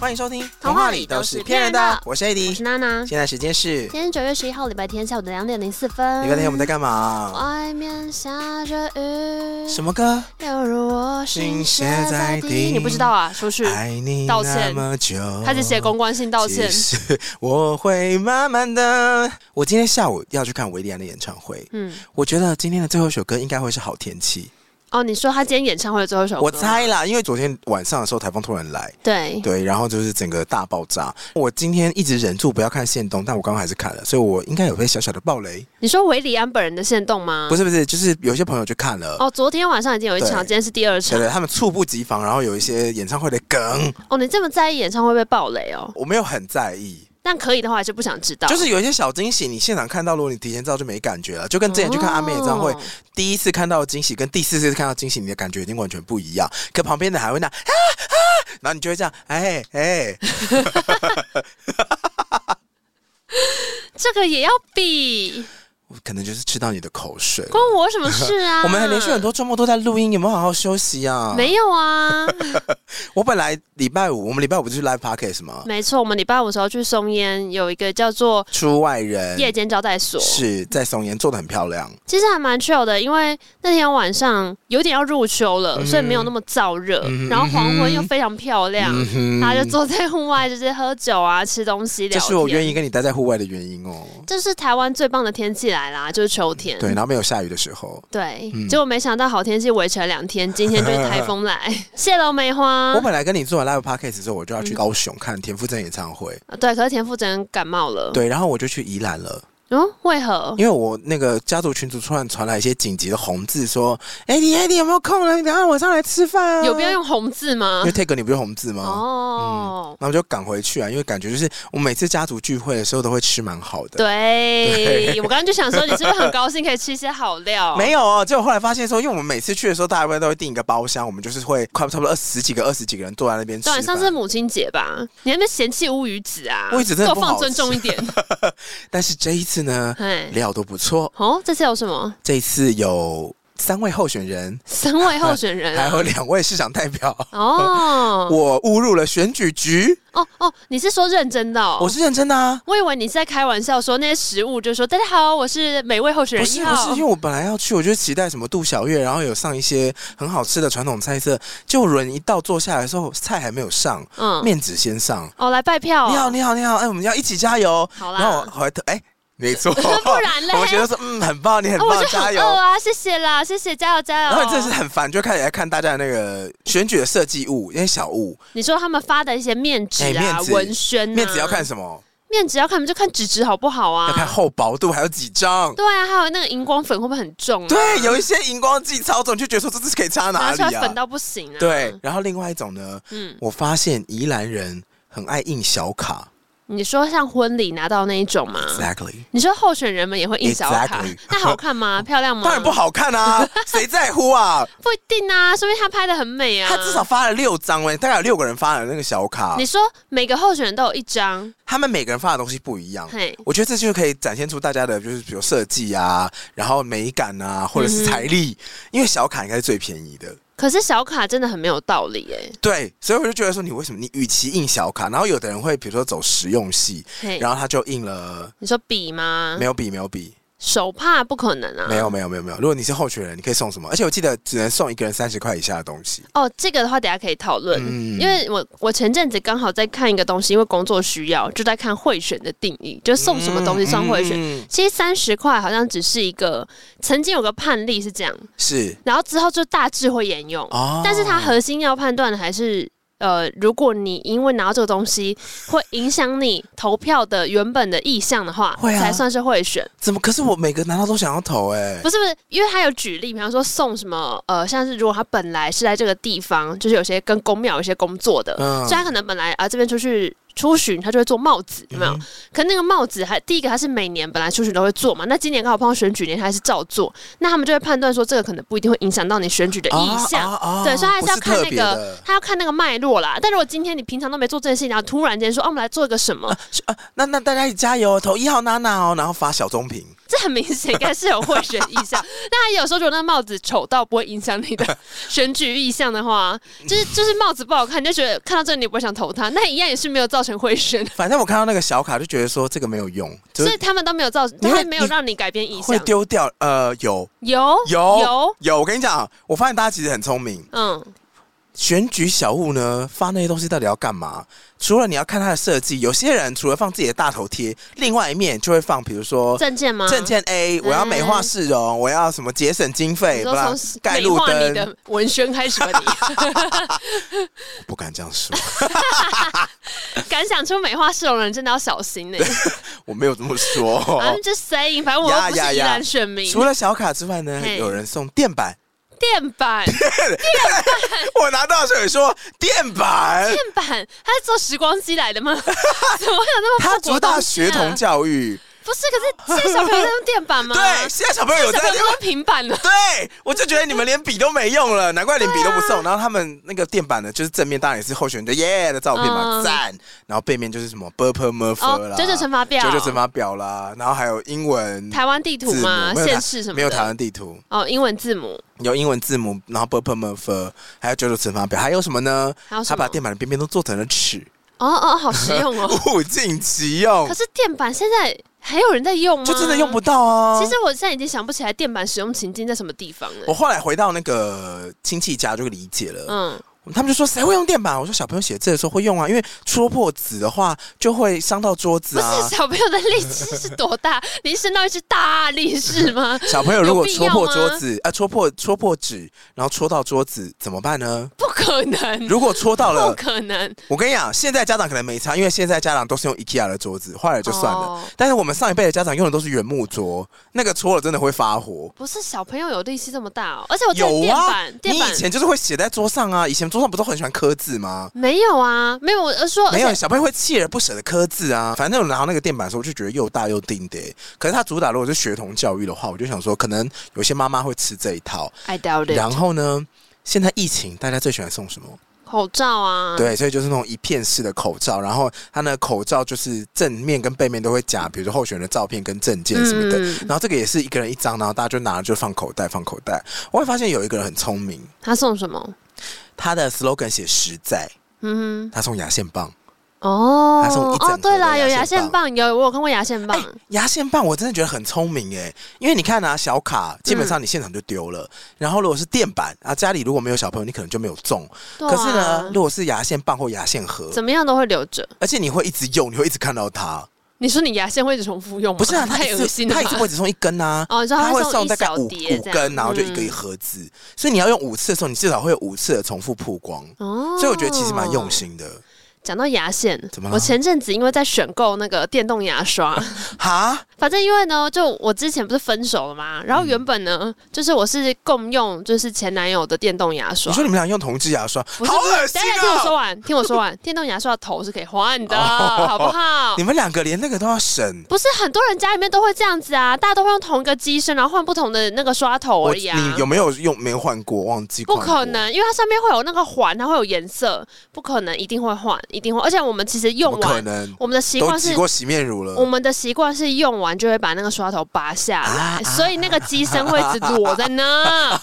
欢迎收听《童话里都是骗人的我是艾我迪是。嗯娜娜。现在时间是今天九月十一号，礼拜天下午的两点零四分。礼拜天，我们在干嘛？外面下着雨，什么歌？犹如我心心血血在在地地。你不知道啊？出去，爱你道那歉么久，他只写公关信道歉其。实我会慢慢的。我今天下午要去看维利安的演唱会，嗯，我觉得今天的最后一首歌应该会是《好天气哦，你说他今天演唱会的最后一首》。歌，我猜啦，因为昨天晚上的时候台风突然来，对，对，然后就是整个大爆炸。我今天一直忍住不要看线动，但我刚刚还是看了，所以我应该有被小小的暴雷。你说维里安本人的线动吗？不是不是，就是有些朋友去看了。哦，昨天晚上已经有一场，对今天是第二场对。对，他们猝不及防，然后有一些演唱会的梗，哦，你这么在意演唱会被爆雷哦？我没有很在意，但可以的话，还是不想知道。就是有一些小惊喜，你现场看到，如果你提前知道就没感觉了，就跟之前去看阿妹演唱会，哦第一次看到的惊喜跟第四次看到的惊喜，你的感觉已经完全不一样。可旁边的还会那啊啊，然后你就会这样，哎哎，这个也要比，我可能就是吃到你的口水。关我什么事啊？ 我们连续很多周末都在录音，有没有好好休息啊？没有啊，我本来礼拜五，我们礼拜五不是去 live podcast 吗？没错，我们礼拜五的时候去松烟，有一个叫做出外人夜间招待所，哎是在松岩做的很漂亮，其实还蛮 chill 的，因为那天晚上有点要入秋了，嗯所以没有那么燥热，嗯然后黄昏又非常漂亮，嗯啊大家就坐在户外，就是喝酒啊、吃东西、聊这天。嗯是我愿意跟你待在户外的原因哦。这是台湾最棒的天气来啦，就是秋天。对，然后没有下雨的时候，对嗯结果没想到好天气维持了两天，今天就是台 风来，谢了梅花我。本来跟你做完 live podcast 之后，我就要去高雄看田馥甄演唱会，对，可是田馥甄感冒了。，对，然后我就去宜兰了，嗯，为何？因为我那个家族群组突然传来一些紧急的红字，说，哎、你哎你有没有空了？你等下晚上来吃饭啊。有必要？用红字吗因为？take 你不是红字吗？哦，然后我就赶回去啊，因为感觉就是我每次家族聚会的时候都会吃蛮好的。对，我刚刚就想说，你是不是很高兴可以吃一些好料？没有哦，结果后来发现说，因为我们每次去的时候，大家都会订一个包厢，我们就是会快差不多二十几个、二十几个人坐在那边吃对，啊饭。上次母亲节吧，你还没嫌弃乌鱼子啊？乌鱼子真的给我不好放尊重一点。 但是这一次呢，哎，料都不错。哦，这次有什么这一次有三位候选人，三位候选人还啊？有两位市长代表。哦，我误入了选举局，哦哦，你是说认真的哦？我是认真的啊。我以为你是在开玩笑说那些食物，就说大家好，我是每位候选不人一是不是，号因为。我本来要去，我就期待什么杜小月，然后有上一些很好吃的传统菜色。就人一到坐下来的时候，菜还没有上，嗯，面子先上。哦，来拜票哦。你好，你好，你好，哎，我们要一起加油。好然后啦，我还特哎，没错， 不然嘞我觉得说嗯，很棒，你很哦，我棒，就加很油。饿啊，谢谢啦，谢谢，加油加油。然后你真的是很烦，就开始来看大家的那个选举的设计物，那些小物，你说他们发的一些面纸哎面啊、纸文宣啊，面子要看什么？面纸要看，我们就看纸质好不好啊？要看厚薄度，还有几张。对啊，还有那个荧光粉会不会很重、啊？对，有一些荧光剂超重，就觉得说这是可以擦哪拿里出来啊粉？到不行啊。对，，然后另外一种呢，嗯，我发现宜兰人很爱印小卡你说像婚礼拿到那一种吗？ ，exactly，你说候选人们也会印小卡 Exactly 那好 看吗？漂亮吗？当然不，好看 啊，谁在乎啊？不一定啊，说明他拍的很美啊。他至少发了六张哎，大概有六个人发了那个小卡你，说每个候选人都有一张，他们每个人发的东西不一样。嘿，我觉得这就可以展现出大家的，就是比如设计啊，然后美感啊，或者嗯是财力，因为小卡应该是最便宜的。可是小卡真的很没有道理哎、对，所以我就觉得说，你为什么你与其印小卡，然后有的人会比如说走实用系，嘿，然后他就印了你说笔吗没？有笔，没有笔，手帕不可能啊，没有没有没有没有。如果你是候选人，你可以送什么？而且我记得只能送一个人三十块以下的东西。哦，这个的话等下可以讨论，嗯因为我我前阵子刚好在看一个东西，因为工作需要，就在看贿选的定义，就是送什么东西算贿选。嗯其实三十块好像只是一个，曾经有个判例是这样，是然后之后就大致会沿用，哦，但是它核心要判断的还是。呃，如果你因为拿到这个东西会影响你投票的原本的意向的话，会啊才算是贿选。怎么？可是我每个难道都想要投哎、不是不是，因为他有举例，比方说送什么，呃，像是如果他本来是在这个地方，就是有些跟公庙有些工作的，嗯所以他可能本来啊、这边出去出巡，他就会做帽子，有没有？嗯可那个帽子还第一个他是每年本来出巡都会做嘛，那今年刚好碰到选举年，他还是照做，那他们就会判断说这个可能不一定会影响到你选举的意向。啊啊啊对，所以他还不是要看特那别个的，他要看那个脉络啦。但如果今天你平常都没做这件事情，然后 啊突然间说，哦、我们来做一个什么，啊，那那大家一起加油，投一号娜娜哦，然后发小棕瓶，这很明显应该是有贿选意 向。那有时候如果那帽子丑到不会影响你的选举意向的话，就是就是帽子不好看，你就觉得看到这个你也不会想投他，那一样也是没有造成贿选，反正我看到那个小卡就觉得说这个没有用，就所是以他们都没有造，你他会们没有让你改变意向会。丢掉。呃，有有 有有，有，我跟你讲，我发现大家其实很聪明。嗯，选举小物呢，发那些东西到底要干嘛？除了你要看它的设计，有些人除了放自己的大头贴，另外一面就会放，比如说证件吗？证。件 A，我要美化市容，我要什么节省经你费，不说然从盖美路化你灯，的文宣开始吧，你 不敢这样说， 敢想出美化市容的人真的要小心呢、我没有这么说。 I'm just saying，反正我又哦呀不呀是宜呀兰选民。除了小卡之外呢，嘿有人送电板，电 板，我拿到的时候也说电板，电板，他是坐时光机来的 吗？怎么会有那么他复主古的打东西啊学童教育，不是，可是现在小朋友在用电板吗？ 对，现在小朋友有现在在小那边朋友。用平板了。对，我就觉得你们连笔都没用 了，难怪连笔都不啊送。然后他们那个电板呢，就是正面当然也是候选人的耶的照片嘛，嗯赞、然后背面就是什么 burp murph 啦，哦九九乘法表九九乘法表啦，然后还有英文台湾地图 字母吗？没有台县市什么？没有台。湾地图，哦，英文字母。有英文字母，然后 burp murph，还有九九乘法表，还有什么呢？还有什他么把电板的边边都做成了尺，哦哦，好实 用哦。 物尽其用可，是电板现在还有人在用吗？哦就真的用不。到啊。哦其实我现在已经想不起来电板使用情境在什么地方我了。后来回到那个亲戚家就理解了，嗯，他们就说谁会用电板？我说小朋友写字的时候会用啊，因为戳破纸的话就会伤到桌子不啊是。小朋友的力气是多大？你一生到一只大力士 吗？小朋友如果有必戳要破吗桌子，啊，戳破戳破纸，然后戳到桌子怎么办呢？不可能，如果戳 到不了，嗯可能。我跟你讲，现在家长可能没差，因为现在家长都是用 IKEA 的桌子，坏了就算了。哦但是我们上一辈的家长用的都是原木桌，那个戳了真的会发火。不是小朋友有力气这么大哦，而且我这个有电啊板，，你电板以前就是会写在桌上啊，以前桌上不都很喜欢刻字吗？没有啊，没有，我是说，而没有且小朋友会锲而不舍的刻字啊，反正我拿到那个电板的时候，我就觉得又大又定的欸、可是它主打如果是学童教育的话，我就想说，可能有些妈妈会吃这一套。 I doubt 然 it，后呢，现在疫情，大家最喜欢送什么？口罩啊，，对，所以就是那种一片式的口罩，然后它那个口罩就是正面跟背面都会夹，比如说候选人的照片跟证件什么的。嗯，然后这个也是一个人一张，然后大家就拿着就放口袋，放口袋。我会发现有一个人很聪明，他送什么？他的 slogan 写实在，嗯他送牙线棒。哼，哦他送一整盒的哦，对啦，有牙牙线线棒，有我有看过牙线棒哎，牙线棒我真的觉得很聪明哎，因为你看啊，小卡基本上你现场就丢嗯了，然后如果是电板啊，家里如果没有小朋友，你可能就没有中。对啊可是呢，如果是牙线棒或牙线盒，怎么样都会留着。而且你会一直用，你会一直看到它。你说你牙线会一直重复用吗？不是啊，它哦 太一恶次心了它吧一次会只送一根啊。哦，你说它会送送一大概小五碟五这样根，然后就一个一嗯盒子，所以你要用五次的时候，你至少会有五次的重复曝光，哦所以我觉得其实蛮用。心的。讲到牙线，怎么了我前阵子因为在选购那个电动 牙刷，哈，反正因为呢，就我之前不是分手了嘛，然后原本呢，就是我是共用就是前男友的电动牙刷你。说你们俩用同一支牙刷，不是好不是恶心等一下听我说啊！完，听我 说完。电动牙刷的头是可以换的，哦好不好你？们两个连那个都要省。不是很多人家里面都会这样子啊，大家都会用同一个机身，然后换不同的那个刷头而已啊。你有没有用？没换过，忘记不换可过。能，因为它上面会有那个环，它会有颜色，不可能，一定会换，一定会。而且我们其实怎用么可完，能？我们的习都惯是挤过洗面乳我了。们的习惯是用完就会把那个刷头拔下来，啊所以那个机身会一直裸在那，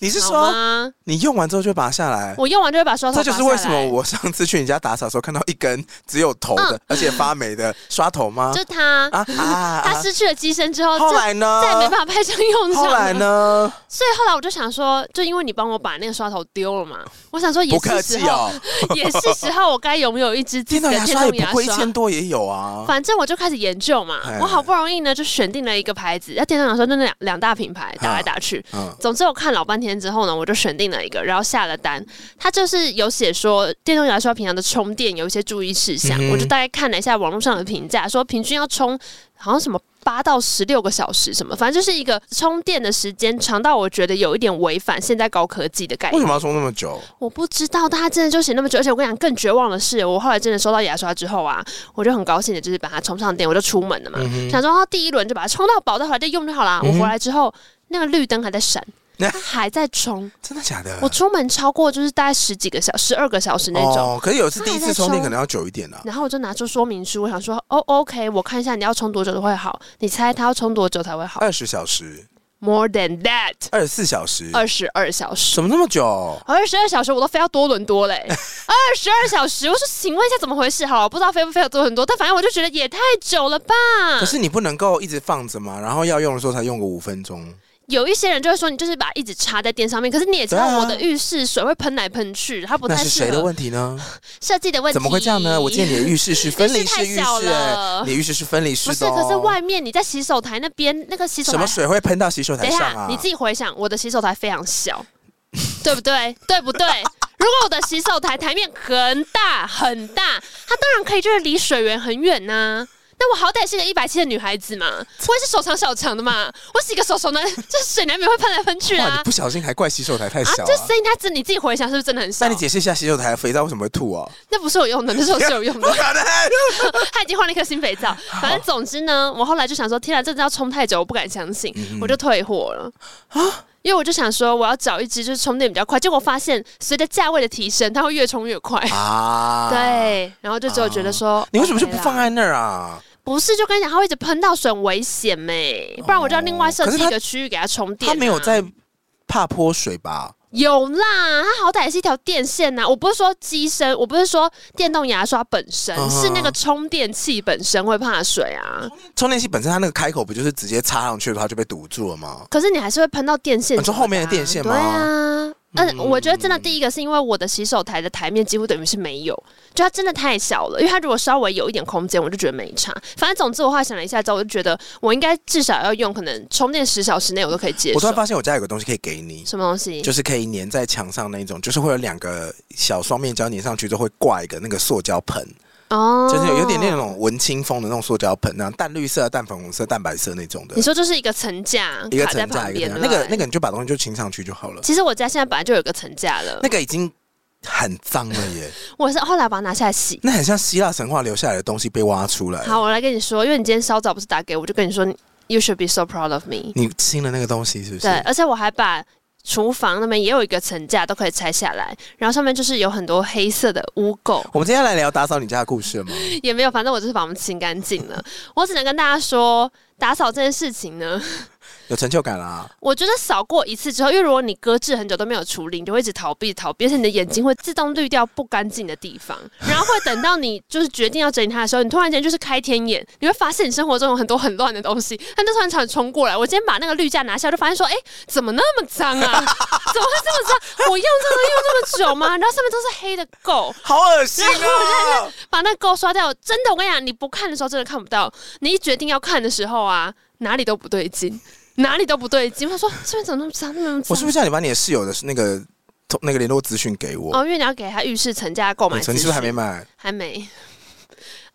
你是好说吗？你用完之后就拔下来？我用完就会把刷头这拔下就来。是为什么我上次去你家打扫的时候看到一根只有头嗯的，而且发霉的刷头 吗？就它，啊啊！它失去了机身之后， 后就来呢？再也没办法派上用场。后来？呢？所以后来我就想说，就因为你帮我把那个刷头丢了嘛，我想说也不客是时气候，哦， 也是时候我该拥有一支自己电动的牙电刷动也牙不贵，一刷千。多也有啊。反正我就开始研究嘛哎，我好不容易呢就选定了一个牌子，那电动牙刷就那两两大品牌打来打去。嗯，总之我看老半天之后呢，我就选定了一个，然后下了单。它就是有写说电动牙刷平常的充电有一些注意事项，嗯哼我就大概看了一下网络上的评价，说平均要充好像什么。八到十六个小时，什么，反正就是一个充电的时间长到我觉得有一点违反现在高科技的概为什念。么要充那么久？我不知道，但它真的就写那么久，而且我跟你讲，更绝望的是，我后来真的收到牙刷之后啊，我就很高兴的，就是把它充上电，我就出门了嘛，嗯哼想说哦第一轮就把它充到饱，再回来再用就好啦。嗯我哼 回来之后，那个绿灯还在闪，还在冲。真的假的？我出门超过就是大概十几个小时、十二个小时那种。哦，可是有一次第一次他还在充电充可能要久一点啊。然后我就拿出说明书，我想说，哦，OK，我看一下你要充多久才会好。你猜它要充多久才会好二十小时， ？More than that，二十四小时，二十二小时。怎么那么久？二十二小时我都飞到多伦多嘞、 二十二小时，我说请问一下怎么回事？好了，我不知道飞不飞到多伦多，但反正我就觉得也太久了吧。可是你不能够一直放着嘛，然后要用的时候才用个五分钟。有一些人就会说你就是把一直插在电上面，可是你也知道对啊我的浴室水会喷来喷去，它不那太是谁适的合问题呢？设计的问题。怎么会这样呢？我见你的浴室是分离式浴浴室太小室、哎了你的浴室是分离式不是，的、哦。可是外面你在洗手台那边那个洗手什台么，水会喷到洗手等台一上下啊？你自己回想，我的洗手台非常小， 对不对？对不对？如果我的洗手台台面很大很大，它当然可以就是离水源很远呐、那我好歹是个一百七的女孩子嘛，我也是手长脚长的嘛，我洗个手手呢， 这水难免会喷来喷去哇，啊你。不小心还怪洗手台太小、啊啊，这声音它自你自己回想是不是真的很少？那你解释一下洗手台的肥皂为什么会吐哦、那不是我用的，那是我室友用不的。可能！ 他已经换了一颗新肥 皂。反正总之呢，我后来就想说，天啊，这真要冲太久，我不敢相信，嗯我就退货了啊因为我就想说，我要找一支就是充电比较快，结果发现随着价位的提升，它会越充越快。啊，。 对，然后就只有觉得说，你为什么就不 OK 啦放？在那儿啊？不是，就跟你讲，它会一直喷到水，很危险没、不然我就要另外设可计是它一个区域给它充电、哦啊它没有，在怕泼水吧？有啦，它好歹也是一条电线啊呐、我不是说机身，我不是说电动牙刷本身，嗯是那个充电器本身会怕水啊。充电器本身它那个开口不就是直接插上去的话就被堵住了吗？可是你还是会喷到电线、你说后面的电线吗对啊。嗯，嗯我觉得真的第一个是因为我的洗手台的台面几乎等于是没有，就它真的太小了。因为它如果稍微有一点空间，我就觉得没差。反正总之我后来想了一下之后，我就觉得我应该至少要用，可能充电十小时内我都可以接我突受然。发现我家有个东西可以给你，什么东西？就是可以粘在墙上那一种，就是会有两个小双面胶粘上去，就会挂一个那个塑胶盆，哦就是有点那。种文青风的那种塑胶盆，然后淡绿色、淡粉红色、淡白色那种的你，说就是一个层架一个卡在层架旁一个边，层架，那个对不对那个你就把东西就清上去就好了，其实我家现在本来就有个层架了那，个已经。很脏了 耶，我是后来把它拿下来洗。那很像希腊神话留下来的东西被挖出来。好，我来跟你说，因为你今天稍早不是打给我，我就跟你说，You should be so proud of me。你清了那个东西是不是？对，而且我还把厨房那边也有一个层架，都可以拆下来，然后上面就是有很多黑色的污垢，我们今天来聊打扫你家的故事了吗？ 也没有，反正我就是把它们清干净了。我只能跟大家说，打扫这件事情呢，有成就感 啦！我觉得扫过一次之后，因为如果你搁置很久都没有处理，你就会一直逃避逃避，而且你的眼睛会自动滤掉不干净的地方，然后会等到你就是决定要整理它的时候，你突然间就是开天眼，你会发现你生活中有很多很乱的东西，但就突然朝你冲过来。我今天把那个滤架拿下，就发现说，哎、怎么那么脏啊？ 怎么会这么脏？我用这个用这么久吗？然后上面都是黑的垢，好恶心啊！把那垢刷掉。真的，我跟你讲，你不看的时候真的看不到，你一决定要看的时候啊，哪里都不对劲。哪里都不对劲，我想说这边怎么那么脏，那么脏？ 我是不是叫你把你的室友的那个通那个联络资讯给我？哦，因为你要给他浴室层架购哦买你资说讯，你是不是还没买？还没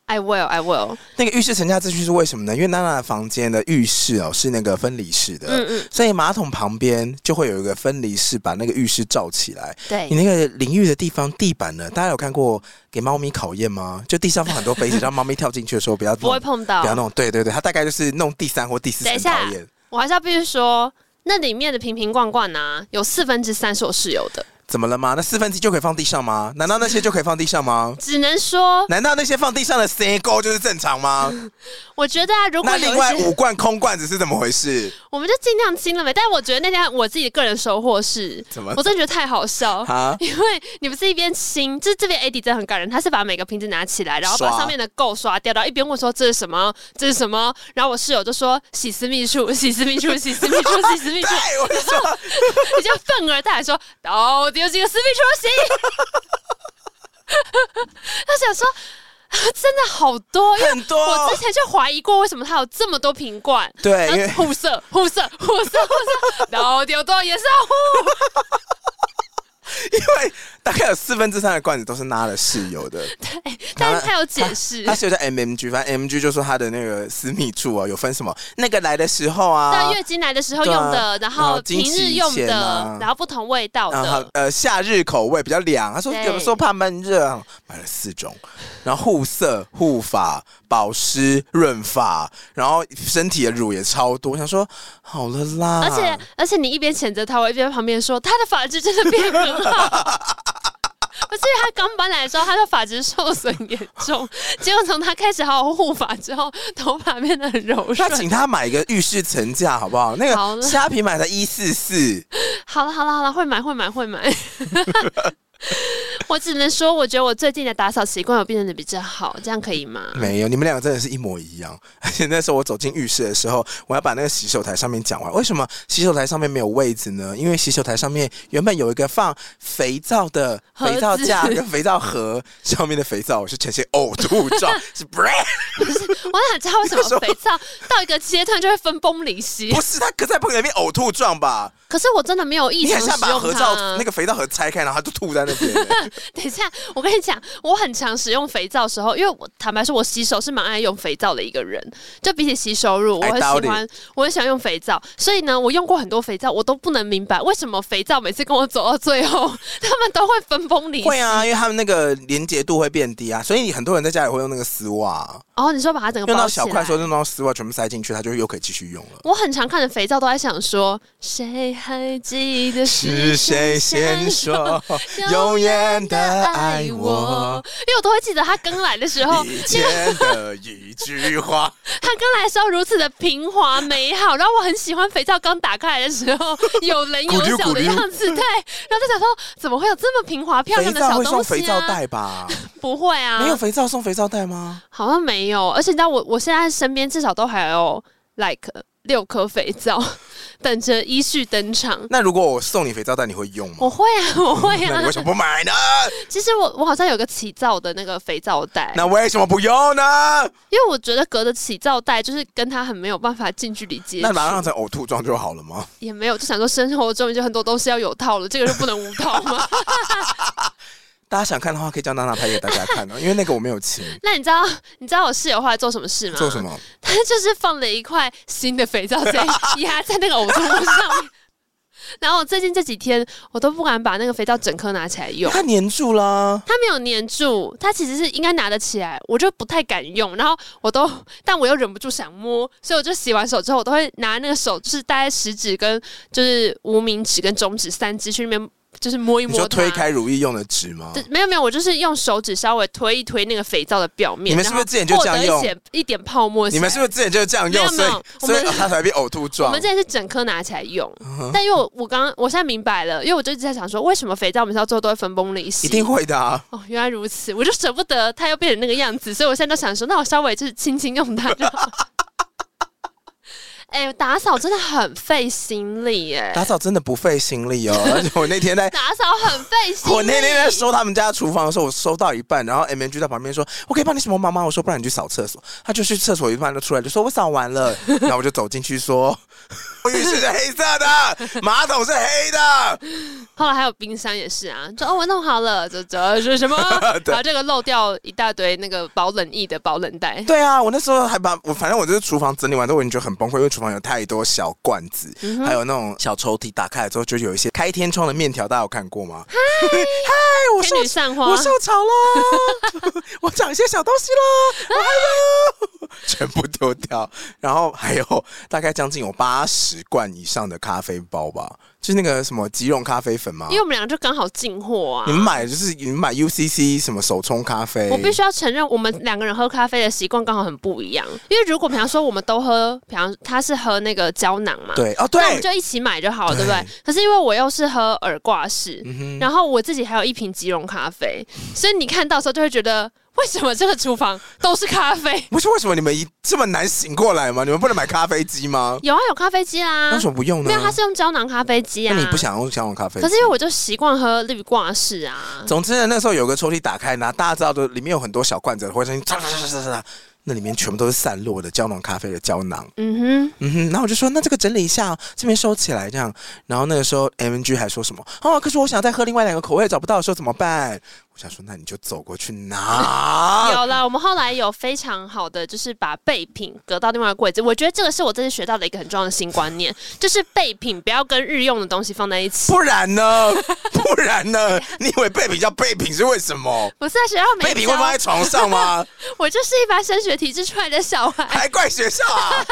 I will, I will。那个浴室层架资讯是为什么呢？因为娜娜的房间的浴室哦是那个分离式的，嗯嗯，所以马桶旁边就会有一个分离式把那个浴室罩起来。你对，那个淋浴的地方地板呢？大家有看过给猫咪考验吗？就地上放很多杯 子，让猫咪跳进去的时候不要不会弄，碰不要到。弄。对对对，它大概就是弄第三或第四等一层下考验。我还是要必须说，那里面的瓶瓶罐罐啊，有四分之三是我室友的，怎么了吗？那四分之一就可以放地上吗？难道那些就可以放地上 吗？只能说难道那些放地上的 C 勾就是正常吗？ 我觉得啊，如果那有另一外些，五罐空罐子是怎么回事？我们就尽量清了没。但我觉得那天我自己个人收获是，怎么 我真的觉得太 好笑。啊？ 因为你不是一边清，就是这边 AD 真的很感人，他是把每个瓶子拿起来，然后把刷上面的垢刷掉，然后一边问说这是什么，这是什么，然后我室友就说洗私密处， 洗私密处，洗私密处， 洗私密处对，，哎我就说，比较愤而大喊说到底有几个私密处洗？ 他想说。啊真的好多，因为很多哦我之前就怀疑过，为什么他有这么多瓶罐？对因为然后护色、护色、护色、护色，到底有多少颜色？ 因为大概有四分之三的罐子都是拉了室友 的。但是他有解释他，室友叫 MMG，反正 MMG 就说他的那个私密处啊，有分什么那个来的时候啊在，月经来的时候用对啊的，然后经平日期用前的啊，然后不同味道然后的，呃夏日口味比较凉，他说对有的时候怕闷热啊，买了四种，然后护色、护发、保湿、润发，然后身体的乳也超多，我想说好了啦，而且而且你一边谴责他，我一边旁边说他的发质真的变很好。 不是因为他刚搬来的时候，他的发质受损严重，结果从他开始好好护发之后，头发变得很柔那顺。请他买一个浴室层架好不好？那好了个虾皮买的一四四，好了好了好了，会买会买会买。 我只能说，我觉得我最近的打扫习惯有变得比较好，这样可以吗？没有，你们两个真的是一模一样。 而且那时候我走进浴室的时候，我要把那个洗手台上面讲完。为什么洗手台上面没有位置呢？因为洗手台上面原本有一个放肥皂的盒子肥皂架跟肥皂盒，上面的肥皂是呈现呕吐 状，是不我想知道 为什么肥皂到一个阶段就会分崩离析不。是它搁在盆里面呕吐状吧？可是我真的没有异你常很使像把合用它照啊。那个肥皂盒拆开，然后它就吐在那边、 等一下，我跟你讲，我很常使用肥皂的时候，因为我坦白说，我洗手是蛮爱用肥皂的一个人。就比起洗手乳，我 I 很 doubt 喜欢，我很喜欢用肥皂。所以呢，我用过很多肥皂，我都不能明白为什么肥皂每次跟我走到最后， 他们都会分崩离析。会啊，因为他们那个连结度会变低啊，所以很多人在家里会用那个丝袜，哦，你说把它整啊个用包到起小来。块的时候，用到丝袜全部塞进去，它就又可以继续用了。我很常看的肥皂都在想说，谁还记得是谁先说永远的爱我？？因为我都会记得他刚来的 时候，以前的一句话，他刚来的时候如此的平滑美好，然后我很喜欢肥皂刚打开来的时候有棱有角的样子，对。然后就想说，怎么会有这么平滑漂肥亮的皂小会送东肥西皂啊？袋吧？不会没有啊，肥皂送肥皂袋吗？好像没有。而且你知道我，我现在身边至少都还有 like 六颗肥皂，等着依序登场。那如果我送你肥皂袋，你会用吗？ 我会 啊，我会那啊你为。什么不买呢？其实我我好像有个起皂的那个肥皂袋，那为什么不用呢？因为我觉得隔着起皂袋就是跟它很没有办法近距离接那触，把它弄成呕吐状就好了吗？也没有就想说生活中就很多东西要有套了，这个就不能无套吗？ 大家想看的话，可以叫娜娜拍给大家看哦，因为那个我没有亲。 那你知道你知道我室友后来做什么事吗？做什？么？他就是放了一块新的肥皂在 压在那个呕吐物上面。然后我最近这几天，我都不敢把那个肥皂整颗拿起来用，它粘住啦。它没有粘住，它其实是应该拿得起来，我就不太敢用。然后我都，但我又忍不住想摸，所以我就洗完手之后，我都会拿那个手，就是大概食指跟就是无名指跟中指三指去那边，就是摸一你摸它。说推开如意用的纸吗对？没有没有，我就是用手指稍微推一推那个肥皂的表面。你们是不是之前就这样然后获得一用些一点泡沫起来？你们是不是之前就是这样用，没所有以没有所以我们哦它才会变呕吐我状们？这是整颗拿起来用，嗯但因为我我刚我现在明白了，因为我就一直在想说，为什么肥皂每次到最后都会分崩离析？一定会的啊！哦，原来如此，我就舍不得它又变成那个样子，所以我现在都想说，那我稍微就是轻轻用它就好。 哎、打扫真的很费心力哎、打扫真的不费心力哦，而且我那天在。打扫很费心力。我那天在收他们家厨房的时候，我收到一半，然后 M N G 在旁边说：“我可以帮你什么忙吗？”我说：“不然你去扫厕所。”他就去厕所一半就出来，就说：“我扫完了。” 然后我就走进去说：“我浴室是黑色的，马桶是黑的。后来还有冰箱也是啊，就哦我弄好了，这这是什么？ 对然后这个漏掉一大堆那个保冷液的保冷”袋，对啊，我那时候还把我反正我就是厨房整理完之后，我已经觉得很崩溃，因为厨房有太多小罐子，嗯还有那种小抽屉，打开来之后就有一些开天窗的面条，大家有看过 吗？嗨嗨，我天受女散花我。受潮 了，我长一些小东西了，我还有，全部丢掉。然后还有大概将近有八十罐以上的咖啡包吧，就是那个什么即溶咖啡粉嘛因。为我们两个就刚好进货啊你。们买就是你们买 UCC 什么手冲咖啡，我必须要承认，我们两个人喝咖啡的习惯刚好很不一样。因为如果比方说我们都喝，比方他是喝那个胶囊嘛，对哦那我们对，就一起买就好了，对不对？可是因为我又是喝耳挂式，嗯然后我自己还有一瓶即溶咖啡，所以你看到的时候就会觉得，为什么这个厨房都是咖啡？不是为什么你们一这么难醒过来吗？你们不能买咖啡机吗？有啊，有咖啡机啦。那为什么不用呢？没有，它是用胶囊咖啡机啊。那你不？想用香港咖啡机？可是因为我就习惯喝绿挂式啊。总之呢，那时候有个抽屉打开，然后大家知道的，里面有很多小罐子，或者是嚓嚓嚓嚓嚓嚓，那里面全部都是散落的胶囊咖啡的胶囊。嗯哼，嗯哼，然后我就说那这个整理一下哦，这边收起来这样。然后那个时候 M N G 还说什么哦，可是我想再喝另外两个口味，找不到的时候怎么办？我想说那你就走过去拿。 有啦，我们后来有非常好的，就是把备品隔到另外一个柜子。我觉得这个是我这次学到的一个很重要的新观 念，就是备品不要跟日用的东西放在一起。不然呢？ 不然呢？ 你以为备品叫备品是为什么？不是在啊学校备没品会放教在，床上 吗？我就是一般升学体制出来的小孩，还怪学校啊！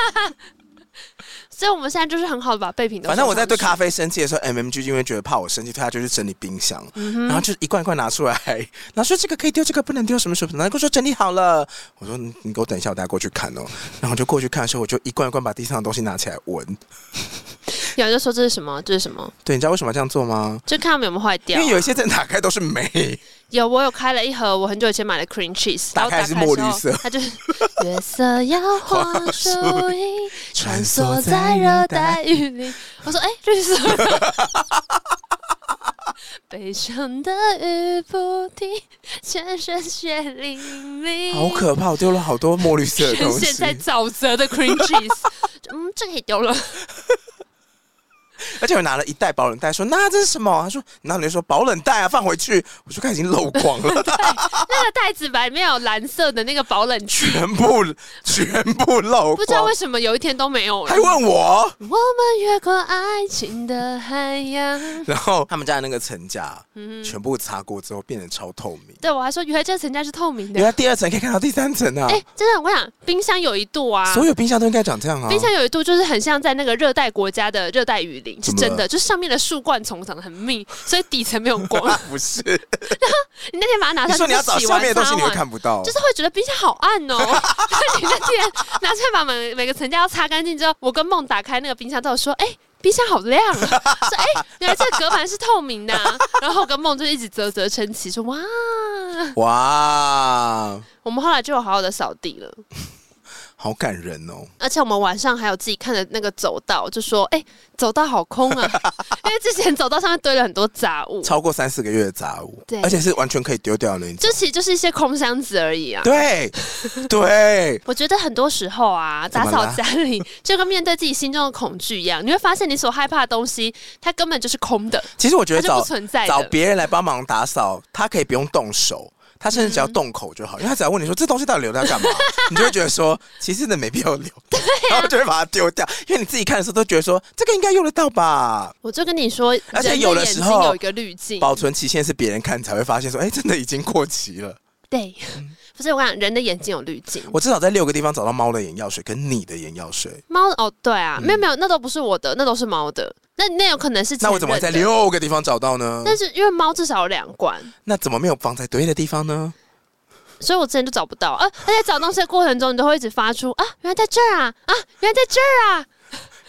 所以我们现在就是很好的把备品都收反上正去。我在对咖啡生气的时候，M M G 因为觉得怕我生气，所以他就去整理冰箱，嗯然后就一罐一罐拿出来，然后说这个可以丢，这个不能丢，什么什么，然后跟我说整理好了。我说嗯你你给我等一下，我带过去看哦。然后我就过去看的时候，我就一罐一罐把地上的东西拿起来闻。有人就说这是什么，这是什么，对，你知道为什么要这样做吗？就看他们有没有坏因掉啊。为有一些真的打开都是霉，有，我有开了一盒我很久以前买的 cream cheese，打然后开打是开的时墨候，绿色它就是 月色摇晃树影，穿穿梭梭在在热热带带雨林。我说，哎、绿色。悲伤的雨不停，全身血淋淋。好可怕！我丢了好多墨绿色的全东嗯 现在西，沼泽的 cream cheese，就嗯，这可以丢了。而且我拿了一袋保冷袋，说那这是什么？他说，然后你就说保冷袋啊，放回去。我说看已经漏光了， 那个袋子本来没有蓝色的那个保冷 区，全部全部漏光，不知道为什么有一天都没有了还。问我。我们越过爱情的海洋。然后他们家的那个层架，嗯哼，全部擦过之后变得超透明。对我还说，原来这层架是透明原的。来第二层可以看到第三层啊！哎、真的，我跟你讲，冰箱有一度啊，所有冰箱都应该长这样啊！冰箱有一度就是很像在那个热带国家的热带雨林，是怎么真的，了就是上面的树冠丛长得很密，所以底层没有 光。啊不是，你那天把它拿你上说去，你要找洗下完面的东西，擦你会完啊看不到，就是会觉得冰箱好暗哦。 所以你那天拿出来把每每个层架都擦干净之后，我跟梦打开那个冰箱之后说：“哎、冰箱好亮啊！” 说：“哎、原来这个隔板是透明的啊、然后我跟梦就一直啧啧称奇，说：“哇！”哇，我们后来就有好好的扫地了，好感人哦！而且我们晚上还有自己看的那个走道，就说：“哎、走道好空啊！” 因为之前走道上面堆了很多杂物，超过三四个月的杂物对，而且是完全可以丢掉的那种。就其实就是一些空箱子而已啊。对对，我觉得很多时候啊，怎打么扫啦家 里就跟面对自己心中的恐惧一样，你会发现你所害怕的东西，它根本就是空的，其实我觉它得就不找存在找的。别人来帮忙打扫，他可以不用动手。他甚至只要动口就好，因为他只要问你说这东西到底留在干 嘛，你就会觉得说其实真的没必要留，啊然后就会把它丢掉，因为你自己看的时候都觉得说这个应该用得到吧。我就跟你说，而且人有的眼时睛候有一个滤镜，保存期限是别人看才会发现说，哎、真的已经过期了。对，不是我讲人的眼睛有滤镜。嗯我至少在六个地方找到猫的眼药水跟你的眼药水，猫哦，对啊，没有没有，那都不是我的，那都是猫的，那那有可能是那我怎么会前在任的？六个地方找到呢？但是因为猫至少有两罐，那怎么没有放在对的地方呢？所以我之前就找不到。啊，而且找东西的过程中，你都会一直发出啊，原来在这儿啊，啊，原来在这儿啊，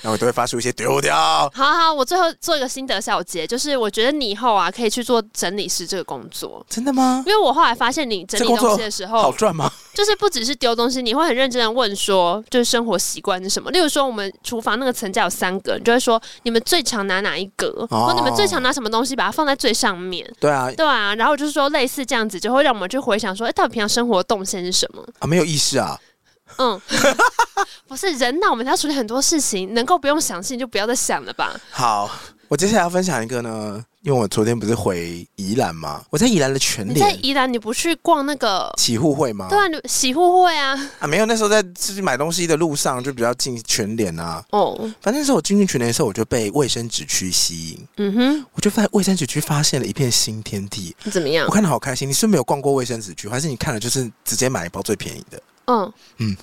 然后我都会发出一些丢掉。好好，我最后做一个心得小结，就是我觉得你以后啊可以去做整理师这个工作，真的吗因？为我后来发现你整这理工东作西的时好候，赚吗？就是不只是丢东西，你会很认真的问说，就是生活习惯是什么？例如说我们厨房那个层架有三格，你就会说你们最常拿哪一格，哦或你们最常拿什么东西，把它放在最上面。对啊，对啊，然后就是说类似这样子，就会让我们去回想说，哎、到底平常生活动线是什么？啊没有意识啊。 嗯，不是人呐、我们要处理很多事情，能够不用想事情就不要再想了吧。好，我接下来要分享一个呢，因为我昨天不是回宜兰嘛，我在宜兰的全你在联宜兰，你不去逛那个？起户会吗？对啊，你洗护会啊。啊，没有，那时候在自己买东西的路上就比较近全联啊。哦，反正那时候我进去全联的时候，我就被卫生纸区吸引，嗯哼，我就在卫生纸区发现了一片新天地，你怎么样我？看的好开心。你是不是没有逛过卫生纸区，还是你看了就是直接买一包最便宜的？嗯，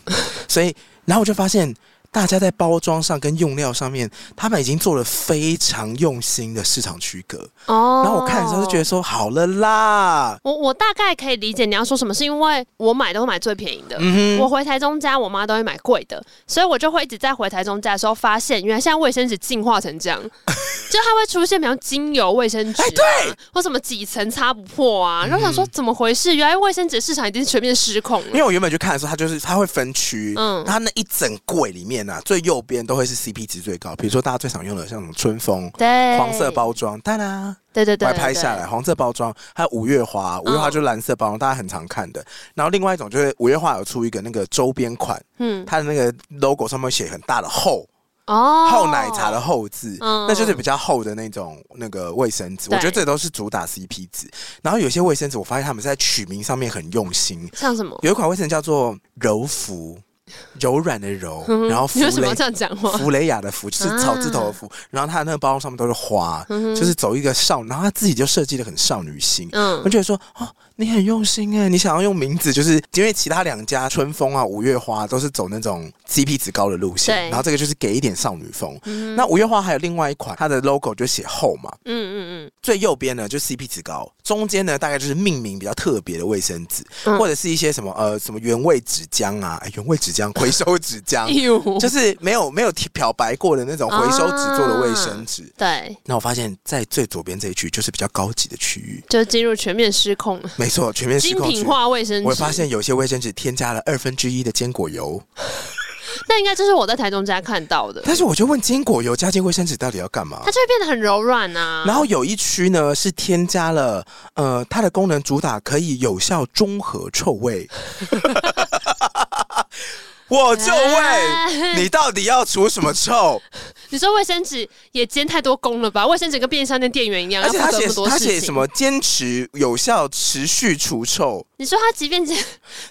所以，然后我就发现大家在包装上跟用料上面，他们已经做了非常用心的市场区隔。哦然后我看的时候就觉得，说，好了啦，我我大概可以理解你要说什么，是因为我买都会买最便宜的。嗯我哼，回台中家，我妈都 会买贵的，所以我就会一直在回台中家的时候发现，原来现在卫生纸进化成这样，就它会出现，比方精油、卫生纸、啊，哎对，嗯或什么几层擦不破啊。然后想说怎么回事？原来卫生纸市场已经全面失控因了。为我原本去看的时候，它就是它会分区，嗯嗯，它那一整柜里面啊，最右边都会是 CP 值最高，比如说大家最常用的像什么春风。对，黄色，包装，当然，对哎对对，我还对嗯拍下来。。哦黄色包装，还有五月花，五月花就是蓝色包装，大家很常看的。然后另外一种就是五月花有出一个那个周边款，嗯，它的那个 logo 上面写很大的厚，哦，厚奶茶的厚字，嗯那就是比较厚的那种那个卫生纸。我对觉得这都是主打 CP 值。然后有些卫生纸，我发现他们是在取名上面很用心。像什么？有一款卫生纸叫做柔芙，柔软的 柔，然后嗯芙你为什蕾么啊要这样讲话？芙蕾雅的芙就是草字头的芙，然后它那个包装上面都是花，就是走一个少，然后它自己就设计的很少女心。嗯我，觉得说哦，你很用心哎，你想要用名字，就是因为其他两家春风啊、五月花都是走那种 CP 值高的路线对，然后这个就是给一点少女风。那五月花还有另外一款，它的 logo 就写厚嘛，嗯嗯最右边呢就 CP 值高，中间呢大概就是命名比较特别的卫生纸，嗯或者是一些什么呃什么原味纸浆啊、哎原味纸浆、回收纸浆 嗯，，义乌就是没有没有漂白过的那种回收纸做的卫啊生纸。对，那我发现，在最左边这一区就是比较高级的区域，就进入全面失控了，没错，全面失精控品区。化卫生纸。我发现有些卫生纸添加了二分之一的坚果油，那应该就是我在台中家看到 的，但是我就问坚果油加进卫生纸到底要干嘛它？就会变得很柔软啊。然后有一区呢是添加了，呃，它的功能主打可以有效中和臭味。 我就哎问你到底要除什么 臭？你说卫生纸也兼太多工了吧？卫生纸跟便利商店店员一样，而且要他负责写那么多他事情。写什么坚持有效持续除臭，你说它即便是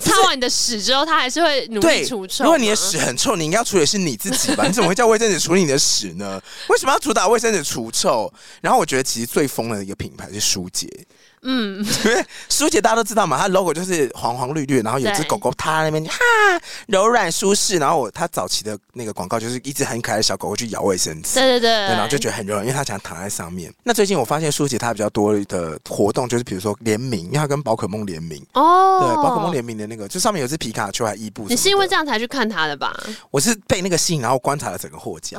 擦完你的屎之后，它还是会努力对，除臭吗。如果你的屎很臭，你应该要处理的是你自 己吧？你怎么会叫卫生纸处理你的屎呢？为什么要主打卫生纸除臭？然后我觉得其实最疯的一个品牌是舒洁，嗯，因为舒洁大家都知道嘛，它 logo 就是黄黄绿绿，然后有只对狗狗趴在那边哈，柔软舒适。然后我它早期的那个广告就是一只很可爱的小狗狗去咬卫生纸对。对对，对，然后就觉得很柔软，因为他想躺在上面。那最近我发现舒淇她比较多的活动就是，比如说联名，因为她跟宝可梦联名，哦，对，宝可梦联名的那个，就上面有只皮卡丘还伊布。你是因为这样？样才去看它的吧？我是被那个吸引，然后观察了整个货架，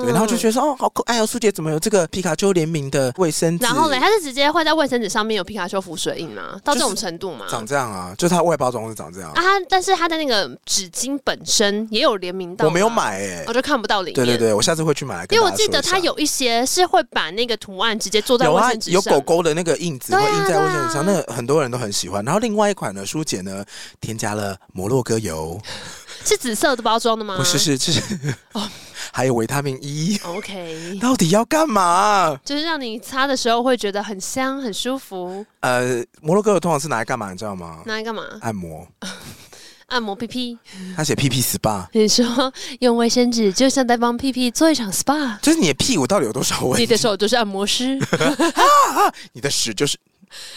啊对，然后就觉得说，哦，好可爱哦，舒淇怎么有这个皮卡丘联名的卫生纸？然后嘞，它是直接会在卫生纸上面有皮卡丘浮水印吗？到这种程度吗？长这样啊，就它外包装是长这样啊，，它但是它的那个纸巾本身也有联名到，我没有，买哎我，就看不到里面。对对对，我下次会去买来跟因为我大家记说得一下它有一些是会把那个图案直接做在有卫啊生纸，上，有狗狗的那个印子会对啊印在卫生纸上，对那很多人都很喜欢。然后另外一款呢，舒姐呢添加了摩洛哥油，是紫色的包装的吗？不是是是，哦 还有维他命 E， OK， 到底要干嘛？就是让你擦的时候会觉得很香、很舒服。呃，摩洛哥油通常是拿来干嘛？你知道吗？拿来干嘛？按摩，按摩屁屁。他写屁屁 SPA，你说 用卫生纸就像在帮屁屁做一场 SPA，就是你的屁股到底有多少你位？的手就是按 摩师。你的屎就是。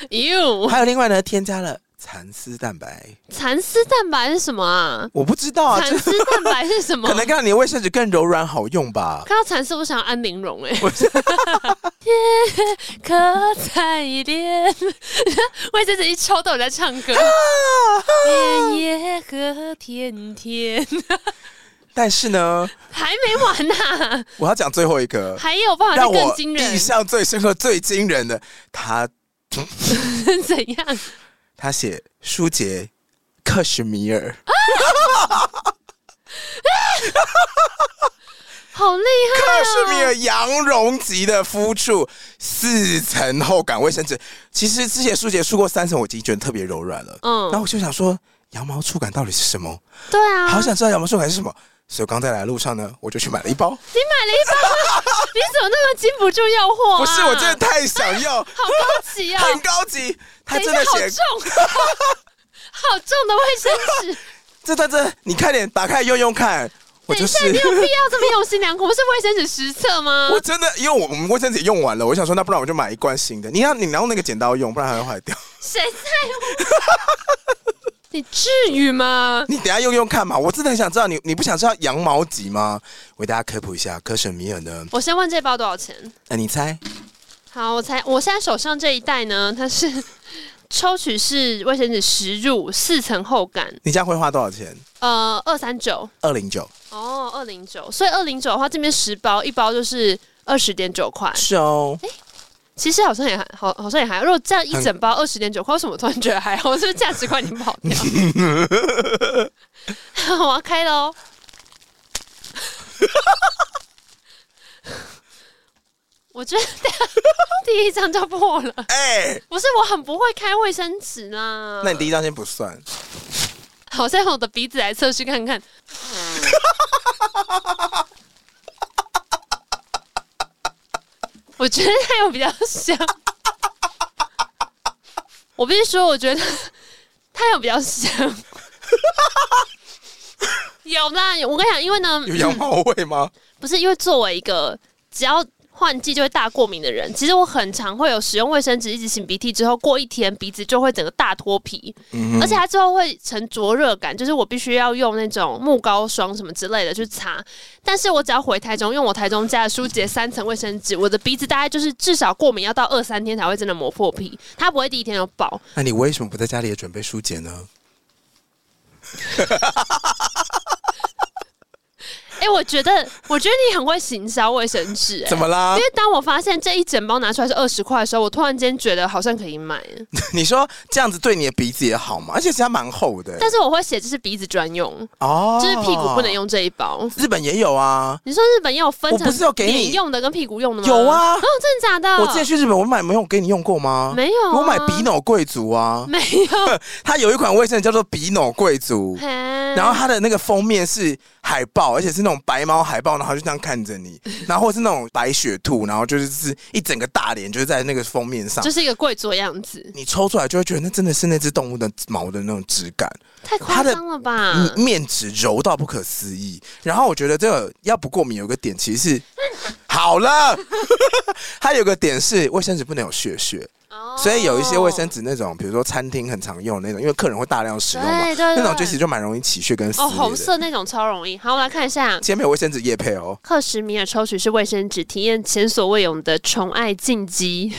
哟，还有另外呢，添加了蚕丝蛋白，蚕丝蛋白是什么啊？我不知道啊，蚕这丝蛋白是什么 可？能让你的卫生纸更柔软好用吧。看到蚕丝，我想要安陵容哎、欸， 天可采莲，卫生纸一抽到我在唱歌，啊夜夜和天天，但是呢，还没完呐、我要讲最后一个，还有办法再让更我惊人印象最深刻、最惊人的，他怎样？他写舒洁克什米尔，啊好厉哦克什米尔羊绒级的肤触，四层厚感卫生纸。其实之前舒洁出过三层，我已经觉得特别柔软了。嗯嗯，然后我就想说，羊毛触感到底是什么？害！对啊，好想知道羊毛触感是什么。所以我刚在来的路上呢，我就去买了一包。你买了一包，你怎么那么禁不住诱惑、啊？不是，我真的太想 要，好高级哦！很高级。他等一真下，的好写重， 好重的卫生纸。这段真的，你快点打开用用看。我等就一是下，你有必要这么用心良苦？不是卫生纸实测吗？ 我真的，因为我我们卫生纸用完了，我想说，那不然我就买一罐新的。你要你拿用那个剪刀用，不然还会坏掉。 谁在乎？ 你至于吗？你等一下用用看嘛，我真的很想知道你，你不想知道羊毛级吗？我为大家科普一下，科什米尔呢？我先问这包多少钱？呃，你猜？好，我才我现在手上这一袋呢，它是抽取式卫生纸实入，四层厚感，你这样会花多少钱？呃，二三九二零九，哦，二零九，所以二零九的话，这边十包，一包就是二十点九块，是哦，其实好像也还好，好像也还好。如果这样一整包二十点九块，为什么我突然觉得还好？是不是价值观已经跑掉？我要开哦喽！我觉得第一张就破了，哎，不是我很不会开卫生纸啦。那你第一张先不算，好，再用我的鼻子来测试看看。我觉得它有比较香。我必须说，我觉得它有比较香。有啦，有我跟你讲，因为呢，有羊毛味 吗？不是因为作为一个只要换季就会大过敏的人，其实我很常会有使用卫生纸一直擤鼻涕之后，过一天鼻子就会整个大脱皮，而且它之后会成灼热感，就是我必须要用那种木膏霜什么之类的去擦。但是我只要回台中，用我台中家的舒洁三层卫生纸，我的鼻子大概就是至少过敏要到二三天才会真的磨破皮，它不会第一天就爆。那你为什么不在家里也准备书解呢？哎、我觉得，我觉得你很会行销卫生 纸、哎怎么啦因为？当我发现这一整包拿出来是二十块的时候，我突然间觉得好像可以买了，你说这样子对你的鼻子也好嘛，而且其实它蛮厚的、但是我会写这是鼻子专用，哦，就是屁股不能。用这一包。日本也有啊，你说日本也有分我不是有成给你脸用的跟屁股用的吗？有啊哦，真的假的？我之前去日本，我买没有给你用过吗？没有啊我买比诺贵族啊， 没有，它有一款卫生纸叫做比诺贵族，然然后它的那个封面是海报，而且是那种白猫海报，然后就这样看着你，然后或是那种白雪兔，然后就是是一整个大脸就是在那个封面上就。是一个贵族的样子，你抽出来就会觉得那真的是那只动物的毛的那种质感，太夸张了吧？嗯，面纸柔到不可思议。然后我觉得这个要不过敏有个点，其实是好了， 它有个点是卫生纸不能有血血，哦所以有一些卫生纸那种，比如说餐厅很常用的那种，因为客人会大量使用嘛，对对对那种就其实就蛮容易起血跟撕哦，裂红的。色那种超容易。好，我们来看一下。今天没有卫生纸叶配哦，克什米尔抽取式卫生纸，体验前所未有的宠爱禁忌。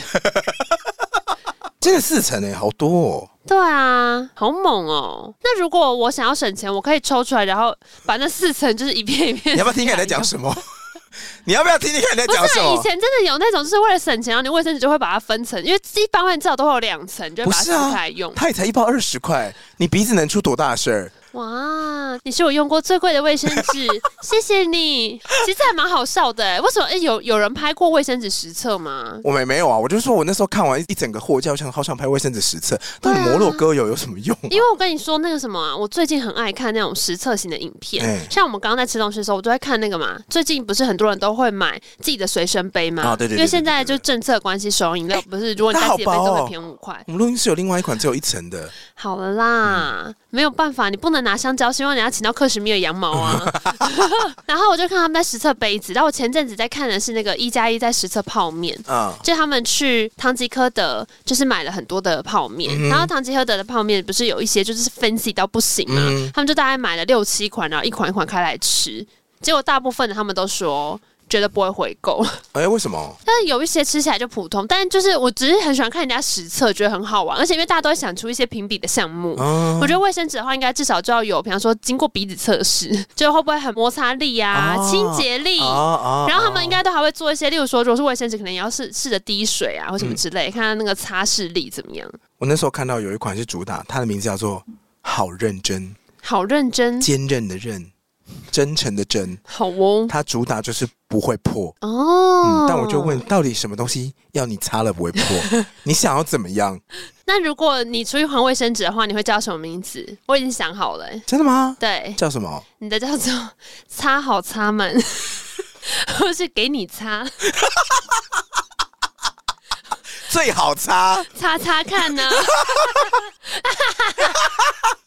真的四层哎，好多哦。对啊，好猛哦！那如果我想要省钱，我可以抽出来，然后把那四层就是一片一片。你要不要听看你在讲什么？ 你要不要听听看你在不讲什是，啊以么？前真的有那种，就是为了省钱，然后你卫生纸就会把它分层，因为一般卫至少都会有两层，就不会把它是撕啊开来用。，它也才一包二十块，你鼻子能出多大的事儿？哇，你是我用过最贵的卫生 纸，谢谢你。其实还蛮好笑的欸，为什么？哎、有有人拍过卫生纸实测吗？我没没有啊，我就说我那时候看完一整个货架，我想好想拍卫生纸实测，但对啊摩洛哥有有什么用、啊？因为我跟你说那个什么啊，我最近很爱看那种实测型的影片，哎像我们刚刚在吃东西的时候，我都在看那个嘛。最近不是很多人都会买自己的随身杯吗？啊对对对因为现在就政策关系，手摇饮料不是，如果你带自己的杯那好都薄哦会便宜五块。我们录音室有另外一款只有一层的，好了啦，没有办法，你不能拿香蕉，希望人家请到克什米尔羊毛啊。 然后我就看他们在实测杯子，然后我前阵子在看的是那个一加一在实测泡面。啊、就他们去唐吉诃德，就是买了很多的泡面，然后唐吉诃德的泡面不是有一些就是 fancy 到不行嘛，嗯他们就大概买了六七款，然后一款一款开来吃，结果大部分的他们都说。觉得不会回购， 哎、为什么？但是有一些吃起来就普通，但就是我只是很喜欢看人家实测，觉得很好玩，而且因为大家都会想出一些评比的项目，嗯、我觉得卫生纸的话，应该至少就要有，比方说经过鼻子测试， 就会不会很摩擦力啊、哦清洁力。啊然后他们应该都还会做一些，例如说，如果是卫生纸，可能也要试试着滴水啊，或什么之嗯类，看看那个擦拭力怎么样。我那时候看到有一款是主打，它的名字叫做“好认真”，好认真，坚韧的韧，真诚的真，好哦。它主打就是不会破。嗯，哦、但我就问，，到底什么东西要你擦了不会 破？你想要怎么样？那如果你出去还卫生纸的话，你会叫什么名字？我已经想好了、欸真的吗？对，叫什么？你的叫做 “擦好擦满”， 或是给你擦最好擦。擦擦看呢、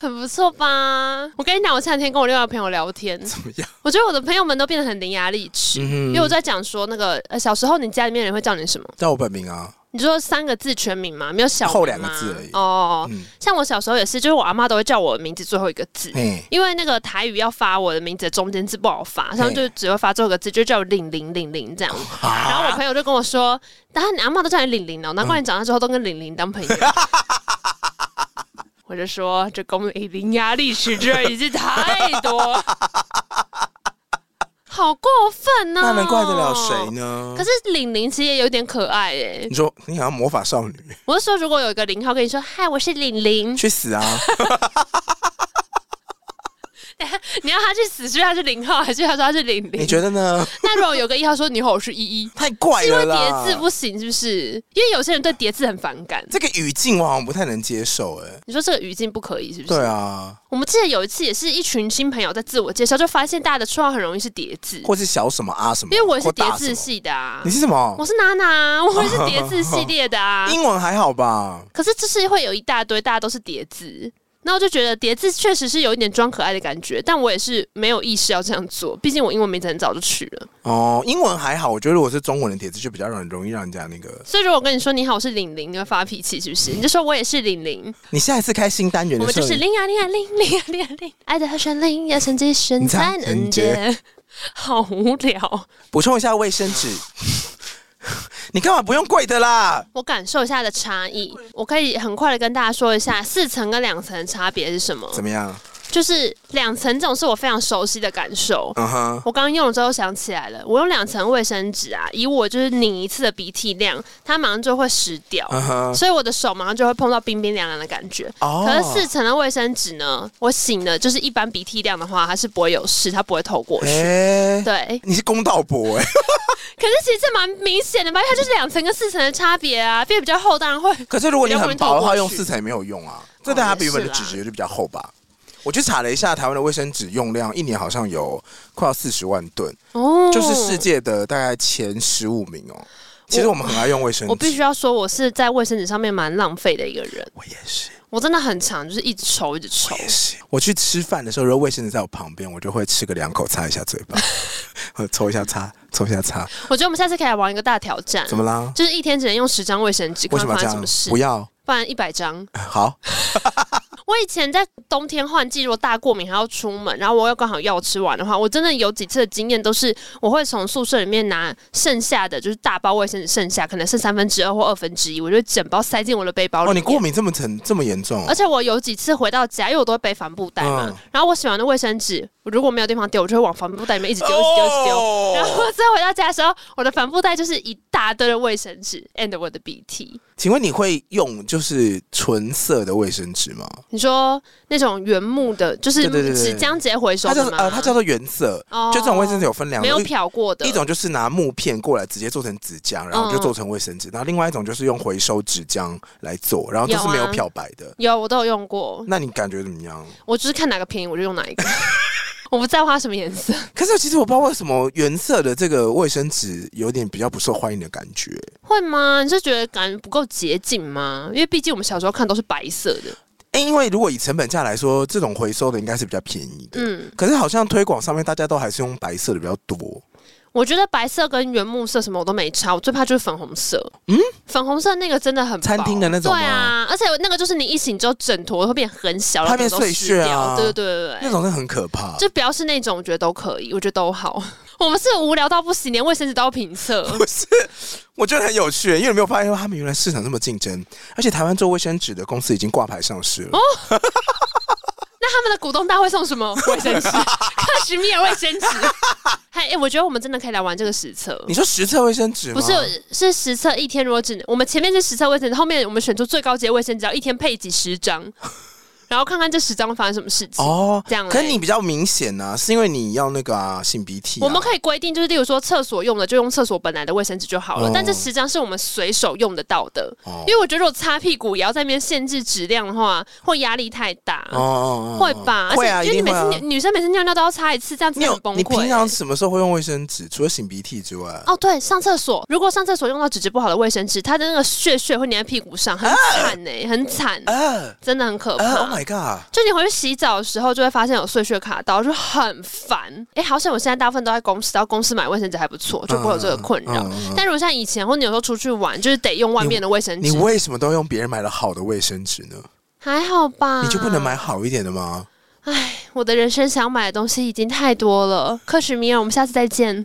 很不错吧？我跟你讲，我前两天跟我另外一个朋友聊天，怎么样？我觉得我的朋友们都变得很伶牙俐齿，嗯因为我在讲说那个、呃、小时候你家里面人会叫你什么？叫我本名啊。你说三个字全名吗？没有小名吗后两个字而已哦，嗯，像我小时候也是，就是我阿妈都会叫我的名字最后一个字。哎，因为那个台语要发我的名字的中间字不好发，他们就只会发最后一个字，就叫我玲玲玲玲 这样。然后我朋友就跟我说：“然后你阿妈都叫你玲玲哦了，难怪你长大之后都跟玲玲当朋友。 我就说：“这公伶伶牙俐齿之人已经太多。”好过分呐、那能怪得了谁？呢可？是玲玲其实也有点可爱哎、你说你好像魔法少女，我是说，如果有一个零号跟你说“嗨，我是玲玲去死 啊！”，你要他去死，是他是零号，还是他说他是玲你玲？觉得呢？ 那如果有个一号说你好，我是依依，太怪是因了为叠字啦！不行，是不是？因为有些人对叠字很反感。这个语境我好像不太能接受，哎，你说这个语境不可以，是不是？对啊，我们记得有一次也是一群新朋友在自我介绍，就发现大家的绰号很容易是叠字，或是小什么啊什么，因为我也是或叠大什字么，系的啊你，是什么我？是娜娜，我也是叠字系列的 啊。英文还好吧？可是就是会有一大堆，大家都是叠字。那我就觉得叠字确实是有一点装可爱的感觉，但我也是没有意识要这样做，毕竟我英文名字很早就取了。哦，英文还好，我觉得如果是中文的帖子，就比较让容易让人家那个。所以如果我跟你说你好，我是玲玲，你会发脾气是不是？你就说我也是玲玲，你下一次开新单元我的们时就候，是你铃啊铃啊铃铃啊铃啊铃，爱的和弦铃要趁机旋才能接。好无聊，补充一下卫生纸。你干嘛不用贵的啦？我感受一下的差异。我可以很快的跟大家说一下四层跟两层的差别是什么。怎么样？就是两层这种是我非常熟悉的感受。嗯哼，我刚刚用了之后想起来了，我用两层卫生纸啊，以我就是拧一次的鼻涕量，它马上就会湿掉，嗯哼，所以我的手马上就会碰到冰冰凉凉的感觉。哦可是四层的卫生纸呢，我醒了就是一般鼻涕量的话，它是不会有湿，它不会透过去。哎、对，你是公道伯 哎、可是其实这蛮明显的吧，因为它就是两层跟四层的差别啊，变得比较厚当然会。可是如果你很薄的话，比较容易透过去用四层也没有用啊。这对它比原本的纸质就比较厚吧。我去查了一下，台湾的卫生纸用量一年好像有快要四十万吨，哦就是世界的大概前十五名哦。其实我们很爱用卫生纸，哦我必须要说，我是在卫生纸上面蛮浪费的一个人，我也是，我真的很常就是一直抽一 直抽我。也是。我去吃饭的时候，如果卫生纸在我旁边，我就会吃个两口，擦一下嘴 巴，呃抽一下擦，抽一下擦。我觉得我们下次可以来玩一个大挑战，怎么啦？就是一天只能用十张卫生纸，为看什么看发要这生什样么？事不，要不然一百张。好，我以前在冬天换季，如果大过敏还要出门，然后我又刚好药吃完的话，我真的有几次的经验都是，我会从宿舍里面拿剩下的，就是大包卫生纸剩下，可能剩三分之二或二分之一，我就整包塞进我的背包里哦，你面。过敏这么沉这么严重哦而，且我有几次回到家，因为我都会背帆布袋嘛，嗯然后我喜欢的卫生纸，我如果没有地方丢，我就会往帆布袋里面一直丢，一直丢，一直丢。哦然后再回到家的时候，我的帆布袋就是一大堆的卫生纸 and 我的鼻涕。请问你会用就是纯色的卫生纸吗？你说那种原木的，就是对对对对纸浆直接回收它叫的做吗？呃，它叫做原色，哦就这种卫生纸有分两没有种。漂过的嗯一种就是拿木片过来直接做成纸浆，然后就做成卫生纸；然后另外一种就是用回收纸浆来做，然后都是有啊没有漂白的。有，我都有用过。那你感觉怎么样？我就是看哪个便宜我就用哪一个， 我不在乎它什么颜色，可是其实我不知道为什么原色的这个卫生纸有点比较不受欢迎的感觉。会吗？你是觉得感觉不够洁净吗？因为毕竟我们小时候看都是白色的，诶因为如果以成本价来说，这种回收的应该是比较便宜的。嗯，可是好像推广上面大家都还是用白色的比较多。我觉得白色跟原木色什么我都没差，我最怕就是粉红色。嗯嗯，粉红色那个真的很薄餐厅的那种吗对啊，而且那个就是你一醒之后，枕头会变很小，然它后变整个都碎屑啊湿掉对对对对那对。种真的很可怕。就不要是那种，我觉得都可以，我觉得都好。 我们是无聊到不行，连卫生纸都要评测。不是，我觉得很有趣，因为你没有发现他们原来市场这么竞争，而且台湾做卫生纸的公司已经挂牌上市哦了。那他们的股东大会送什 么卫生纸？克什米尔卫生纸。嗨，哎、我觉得我们真的可以来玩这个实测。你说实测卫生纸吗？不是，是实测一天，如果只能我们前面是实测卫生纸，后面我们选出最高级的卫生纸，要一天配几 十张，然后看看这十张会发生什么事情。哦，这样嘞可你比较明显呐、是因为你要那个啊，擤鼻涕、啊。我们可以规定，就是例如说厕所用的就用厕所本来的卫生纸就好了，哦但这十张是我们随手用得到的，哦因为我觉得如果擦屁股也要在那边限制质量的话，会压力太大，哦哦哦会吧？会而啊，且因为一你每定次会女啊。女生每次尿尿都要擦一次，这样子你有很崩你溃、欸平常什么时候会用卫生纸？除了擤鼻涕之外，哦，对，上厕所，如果上厕所用到纸质不好的卫生纸，它的那个屑屑会粘在屁股上，很惨呢、很惨，啊真的很可啊！Oh 怕。 my god！就你回去洗澡的时候，就会发现有碎屑卡到，就很烦。哎，好像我现在大部分都在公司，到公司买卫生纸还不错，就不会有这个困扰。嗯嗯嗯嗯但如果像以前，或者你有时候出去玩，就是得用外面的卫生你纸，为什么都用别人买了好的卫生纸呢？还好吧？你就不能嗯买？好一点的吗？ 我的人生想买的东西已经太多了。克什米尔，我们下次再见。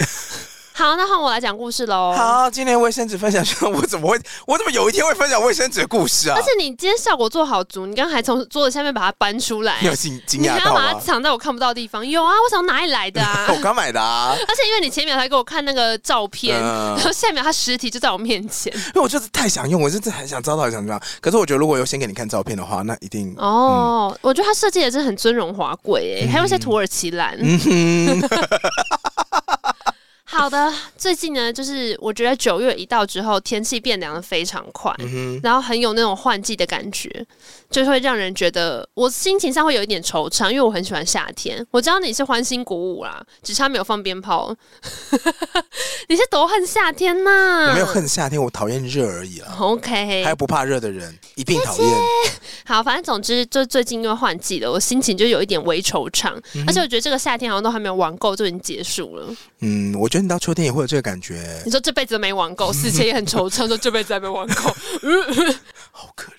好，那换我来讲故事喽。好，今天卫生纸分享， 我怎么会，我怎么有一天会分享卫生纸的故事啊而？且你今天效果做好足，你刚才从桌子下面把它搬出来你，有惊惊你还讶要到把它吗？藏在我看不到的地方。有啊，我想哪里来的啊？ 我刚买的啊，而且因为你前一秒才给我看那个照片，嗯然后下一秒它实体就在我面 前。因为我就是太想用，我真的很想知道到底想怎么样。可是我觉得如果有先给你看照片的话，那一定，哦，我觉得它设计也是很尊荣华贵诶，还有一些土耳其蓝。嗯哼， 好的，最近呢，就是我觉得九月一到之后，天气变凉的非常快。嗯然后很有那种换季的感觉，就会让人觉得我心情上会有一点惆怅，因为我很喜欢夏天。我知道你是欢欣鼓舞啦，只差没有放鞭炮。 你是多恨夏天呐、哼，我没有。恨夏天，我讨厌热而已啦。还 OK，有不怕热的人一并讨厌。好，反正总之就最近因为换季了，我心情就有一点微惆怅，而且我觉得这个夏天好像都还没有玩够，就已经结束了。嗯，我觉得你到秋天也会有这个感觉，你说这辈子都没玩够，死前也很惆怅，说这辈子还没玩够。 好可怜。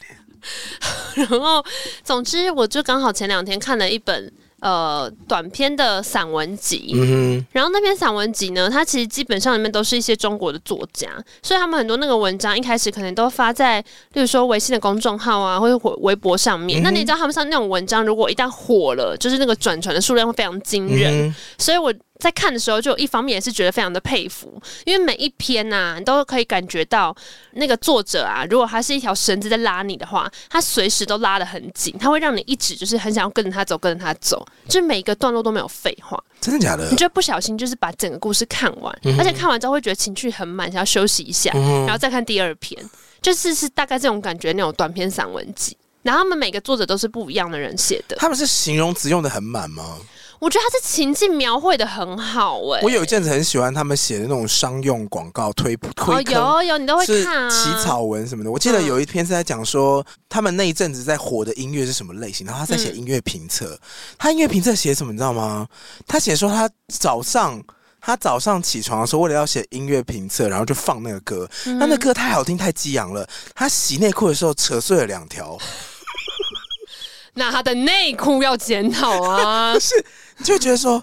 然后，总之，我就刚好前两天看了一本呃短篇的散文集，嗯然后那篇散文集呢，它其实基本上里面都是一些中国的作家，所以他们很多那个文章一开始可能都发在，例如说微信的公众号啊，或者微微博上嗯面。那你知道他们上那种文章，如果一旦火了，就是那个转传的数量会非常惊哼，人。嗯所以我在看的时候，就一方面也是觉得非常的佩服，因为每一篇呐、你都可以感觉到那个作者啊，如果他是一条绳子在拉你的话，他随时都拉得很紧，他会让你一直就是很想要跟着他走，跟着他走，就是每一个段落都没有废话。哼，真的假的你？就不小心就是把整个故事看完，而且看完之后会觉得情绪很满，想要休息一下，然后再看第二篇，就是是大概这种感觉那种短篇散文集。然后他们每个作者都是不一样的人写的，他们是形容词用的很满吗？我觉得他这情境描绘的很好哎、我有一阵子很喜欢他们写的那种商用广告推推哦坑。有有你都会是看啊，嗯起草文什么的，我记得有一篇是在讲说他们那一阵子在火的音乐是什么类型，然后他在写音乐评嗯测，他音乐评测写什么你知道吗？他写说他早上他早上起床的时候，为了要写音乐评测，然后就放那个歌，嗯那那歌太好听太激昂了，他洗内裤的时候扯碎了两条，那他的内裤要检讨 啊，你就会觉得说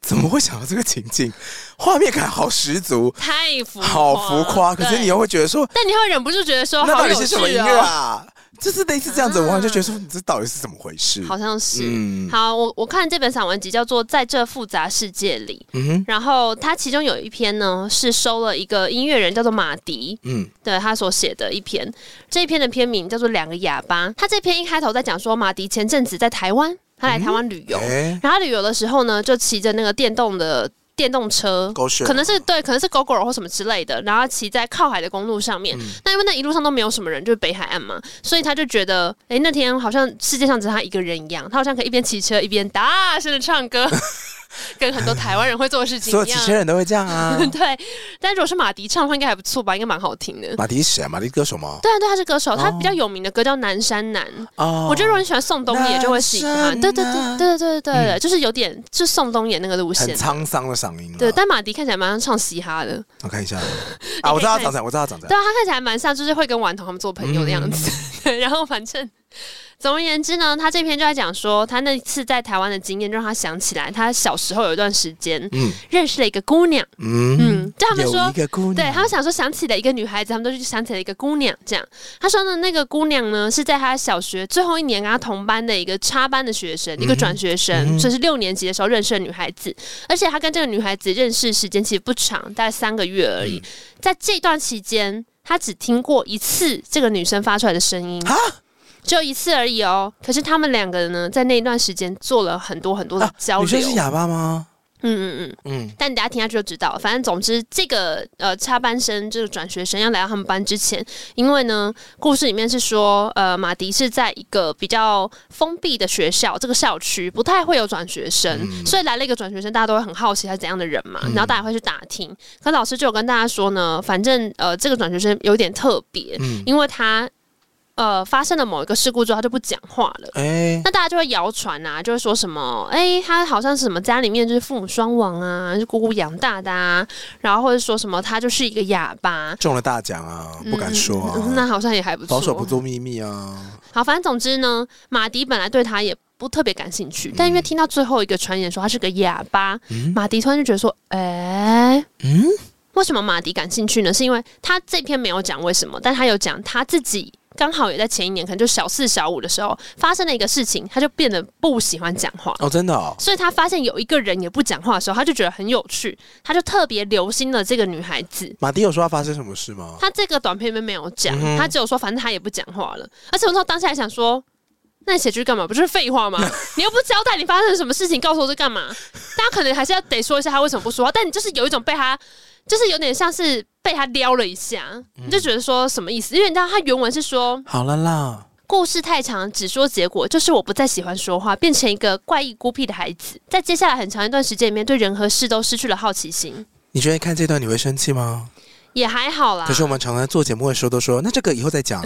怎么会想到这个情境，画面感好十足，太浮夸好浮夸，可是对你又会觉得说但你会忍不住觉得说那好到底有是趣什么音乐哦，啊？就是类似这样子，啊我好像就觉得说，你这到底是怎么回事？好像是。嗯好，我我看这本散文集叫做《在这复杂世界里》，嗯哼然后他其中有一篇呢，是收了一个音乐人叫做马迪，嗯对他所写的一篇。这一篇的篇名叫做《两个哑巴》。他这篇一开头在讲说，马迪前阵子在台湾，他来台湾旅游，哎，然后他旅游的时候呢，就骑着那个电动的电动车。狗血，可能是对，可能是狗狗或什么之类的，然后骑在靠海的公路上面。那因为那一路上都没有什么人，就是北海岸嘛，所以他就觉得，哎、那天好像世界上只有他一个人一样，他好像可以一边骑车一边大声的唱歌，跟很多台湾人会做的事情一所有样。。骑车人都会这样啊对，但如果是马迪唱的话，应该还不错吧，应该蛮好听的。 马迪是谁啊？马迪歌手吗？对啊，对，他是歌手，他哦比较有名的歌叫《南山南》。哦我觉得如果你喜欢宋冬野，就会喜欢。南对对山对对对对对对，就是有点就是宋冬野那个路很线。沧桑的嗓音了。啊对，但马迪看起来蛮像唱嘻哈的，我看一 下啊，我知道他长这样，我知道他长这对样。啊，他看起来蛮像，就是会跟顽童他们做朋友的样子。对，然后反正总而言之呢，他这篇就在讲说，他那次在台湾的经验，让他想起来他小时候有一段时间嗯认识了一个姑娘。嗯嗯，就他们说有一个姑娘，对他们想说想起了一个女孩子，他们都去想起了一个姑娘。这样，他说呢，那个姑娘呢是在他小学最后一年跟他同班的一个插班的学嗯生，一个转学生，所以是六年级的时候认识的女孩子。而且他跟这个女孩子认识时间其实不长，大概三个月而嗯已。在这段期间，他只听过一次这个女生发出来的声音啊。只有一次而已哦，可是他们两个人呢，在那一段时间做了很多很多的啊交你说流。是哑巴吗？嗯嗯嗯，嗯，但你大家听下去就知道。反正总之，这个呃插班生这个转学生要来到他们班之前，因为呢，故事里面是说，呃，马迪是在一个比较封闭的学校，这个校区不太会有转学生，所以来了一个转学生，大家都会很好奇他是怎样的人嘛，然后大家会去打听。可老师就有跟大家说呢，反正呃这个转学生有点特别，嗯因为他呃发生了某一个事故之后，他就不讲话了。哎，那大家就会谣传啊，就会说什么，哎、他好像是什么家里面就是父母双亡啊，是姑姑养大的啊，然后或者说什么他就是一个哑巴。中了大奖啊，不敢说嗯啊，那好像也还不错。保守不。做秘密啊。好，反正总之呢，马迪本来对他也不特别感兴趣。但因为听到最后一个传言说他是个哑巴，马迪突然就觉得说，哎、嗯，为什么马迪感兴趣呢？是因为他这篇没有讲为什么，但他有讲他自己刚好也在前一年，可能就小四小五的时候发生了一个事情，他就变得不喜欢讲话。哦，真的哦，所以他发现有一个人也不讲话的时候，他就觉得很有趣，他就特别留心了这个女孩子。马迪有说他发生什么事吗？他这个短片里面没有讲，嗯哼他只有说反正他也不讲话了。而且我那时候当下还想说，那你写剧干嘛？不就是废话吗？ 你又不交代你发生了什么事情，告诉我这干嘛？大家可能还是要得说一下他为什么不说话，但你就是有一种被他，就是有点像是被他撩了一下，嗯你就觉得说什么意思？因为你知道他原文是说好了啦，故事太长，只说结果，就是我不再喜欢说话，变成一个怪异孤僻的孩子，在接下来很长一段时间里面，对人和事都失去了好奇心，你觉得看这段你会生气吗？也还好啦可。是我们常常做节目的时候都说，那这个以后再 讲。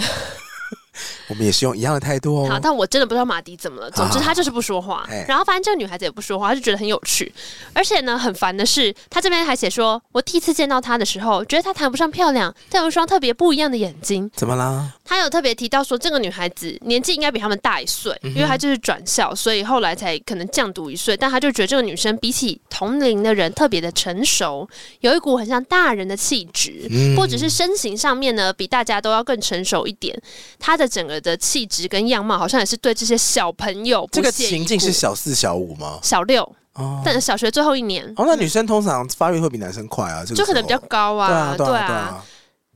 我们也是用一样的态度好，哦。但我真的不知道马迪怎么了。总之，好他就是不说话哎。然后，反正这个女孩子也不说话，她就觉得很有趣。而且呢，很烦的是，她这边还写说，我第一次见到她的时候，觉得她谈不上漂亮，但有一双特别不一样的眼睛。怎么啦？她有特别提到说，这个女孩子年纪应该比他们大一岁，嗯因为她就是转校，所以后来才可能降读一岁。但她就觉得这个女生比起同龄的人特别的成熟，有一股很像大人的气质。嗯或者是身形上面呢，比大家都要更成熟一点。他的整个的气质跟样貌，好像也是对这些小朋友不这个屑一情境顾是小四小五吗？小六，哦，但小学最后一年，哦，那女生通常发育会比男生快啊，这个就可能比较时候高对啊，啊，对对啊，对啊。啊。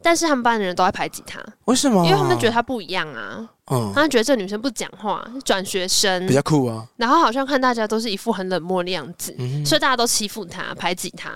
但是他们班的人都在排挤他，为什么？啊因为他们觉得他不一样啊，嗯他们觉得这女生不讲话，转学生比，较酷啊，然后好像看大家都是一副很冷漠的样子，嗯，所以大家都欺负他，排挤他。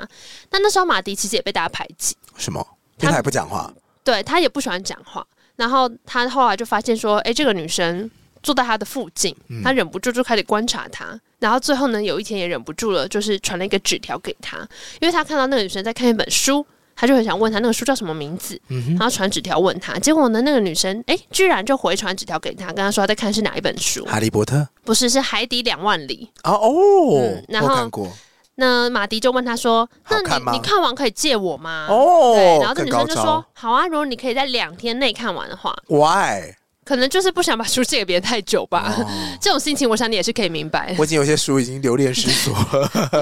那那时候马迪其实也被大家排挤。什么？因为他也不讲话，对他也不喜欢讲话。然后他后来就发现说，诶，这个女生坐在他的附近，嗯他忍不住就开始观察她。然后最后呢，有一天也忍不住了，就是传了一个纸条给他，因为他看到那个女生在看一本书。他就很想问他那个书叫什么名字，嗯然后传纸条问他，结果呢，那个女生诶，居然就回传纸条给他，跟他说她在看是哪一本书，《哈利波特》不是是《海底两万里》。啊哦嗯，我然后有看过那马迪就问他说：“那好看你吗你看完可以借我吗？”啊哦，对，然后这更女生高就招说：“好啊，如果你可以在两天内看完的话， ，Why？可能就是不想把书借给别人太久吧。哦 这种心情，我想你也是可以明 白。我已经有些书已经流连失所了，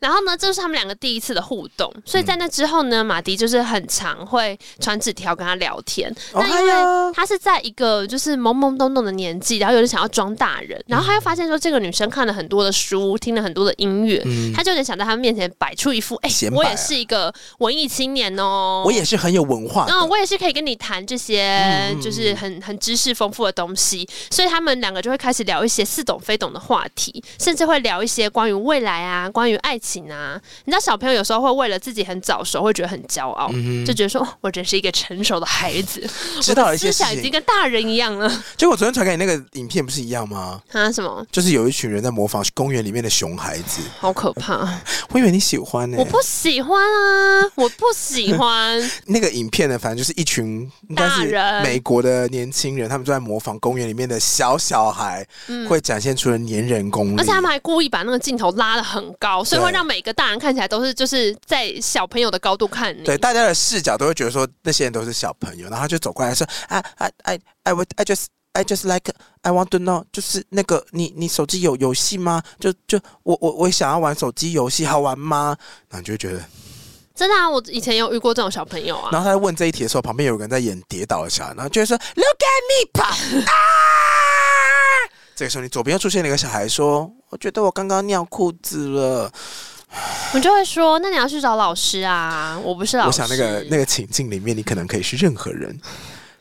然后呢，这是他们两个第一次的互动，所以在那嗯之后呢，马迪就是很常会传纸条跟他聊天。哦那因嗨呀为他是在一个就是懵懵懂懂的年纪，然后有点想要装大人，然后嗯他又发现说这个女生看了很多的书，听了很多的音乐，嗯他就有点想在他们面前摆出一副，哎、显摆我啊也是一个文艺青年哦， 我也是很有文化的嗯，我也是可以跟你谈这嗯些，就是很很知识丰富的东西，所以他们两个就会开始聊一些似懂非懂的话题，甚至会聊一些关于未来啊，关于爱情啊。你知道小朋友有时候会为了自己很早熟，会觉得很骄傲，嗯就觉得说哦我真是一个成熟的孩 子，知道了一些事思想已经情。跟大人一样了结果昨天传给你那个影片不是一样吗？啊，什么就是有一群人在模仿公园里面的熊孩子，好可怕！ 我以为你喜欢呢、我不喜欢啊，我不喜 欢。那个影片呢，反正就是一群应该大是人美国的年轻人，他们就在模仿公园里面的小小孩，会展现出了粘人功力。嗯而且他们还故意把那个镜头拉得很高，所以对会让每个大人看起来都是就是在小朋友的高度看你。对大家的视角都会觉得说那些人都是小朋友，然后他就走过来说：“I I I I would I just I just like I want to know，就是那个你你手机有游戏吗？就就我我我想要玩手机游戏，好玩吗？”然后你就会觉得，真的啊，我以前有遇过这种小朋友啊。然后他在问这一题的时候，旁边有个人在演跌倒了下来，然后就会说 “Look at me 吧”，啊！这个时候你左边又出现了一个小孩说：“我觉得我刚刚尿裤子了。我就会说，那你要去找老师啊，我不是”老我师。想那个那个情境里面，你可能可以是任何人，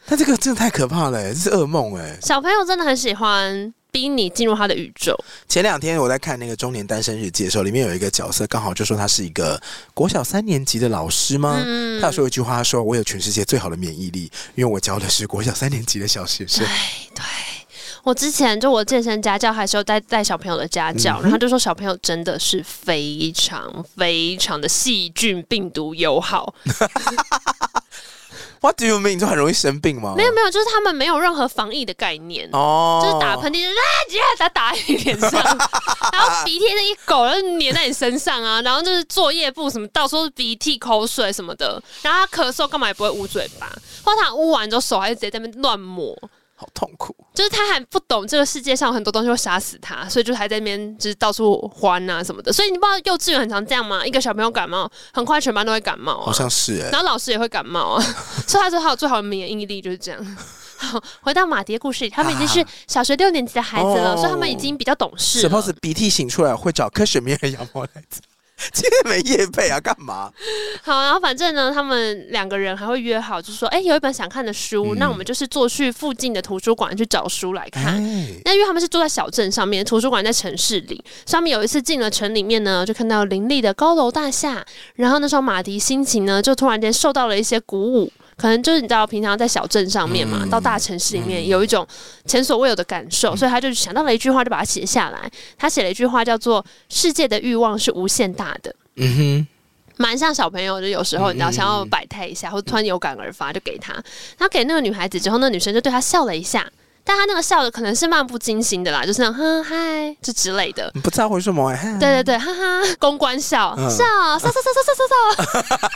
但这个真的太可怕了、这是噩梦哎、小朋友真的很喜欢逼你进入他的宇宙。前两天我在看那个《中年单身日记》的时候，里面有一个角色刚好就说他是一个国小三年级的老师吗？嗯他有说一句话，他说：“我有全世界最好的免疫力，因为我教的是国小三年级的小学生。嗯我之前就我健身家教还是有带带小朋友的家教，嗯然后就说小朋友真的是非常非常的细菌病毒友好， ”What do you mean？就很容易生病吗？没有没有，就是他们没有任何防疫的概念。哦，就是打喷嚏，就是啊，直接打打在你脸上，然后鼻涕那一狗就粘在你身上啊，然后就是作业簿什么，到处都是鼻涕、口水什么的，然后他咳嗽干嘛也不会捂嘴巴，或者他捂完之后手还是直接在那边乱抹。好痛苦。就是他还不懂这个世界上有很多东西会杀死他，所以就还在那边就是到处欢啊什么的。所以你不知道幼稚园很常这样吗？一个小朋友感冒，很快全班都会感冒好啊，像是哎、然后老师也会感冒啊，所以他最好最好的免疫力就是这样。好，回到马蝶故事里，他们已经是小学六年级的孩子了，哦所以他们已经比较懂事了。 suppose 鼻涕醒出来会找科学面的羊毛来擦。 今天没夜配啊，干嘛？好，然后反正呢，他们两个人还会约好，就说，哎、有一本想看的书，那我们就是坐去附近的图书馆去找书来看。哎，那因为他们是住在小镇上面，图书馆在城市里。所以他们有一次进了城里面呢，就看到林立的高楼大厦。然后那时候马迪心情呢，就突然间受到了一些鼓舞，可能就是你知道平常在小镇上面嘛，嗯到大城市里面有一种前所未有的感受，所以他就想到了一句话，就把它写下来。他写了一句话叫做“世界的欲望是无限大的”。嗯哼，蛮像小朋友，就有时候你知道嗯嗯想要摆态一下，或突然有感而发，就给他。然后给那个女孩子之后，那女生就对他笑了一下，但她那个笑的可能是漫不经心的啦，就是那种哼嗨这之类的。你不知道为什么哎、对对对，哈哈，公关笑、嗯笑笑笑笑笑笑笑，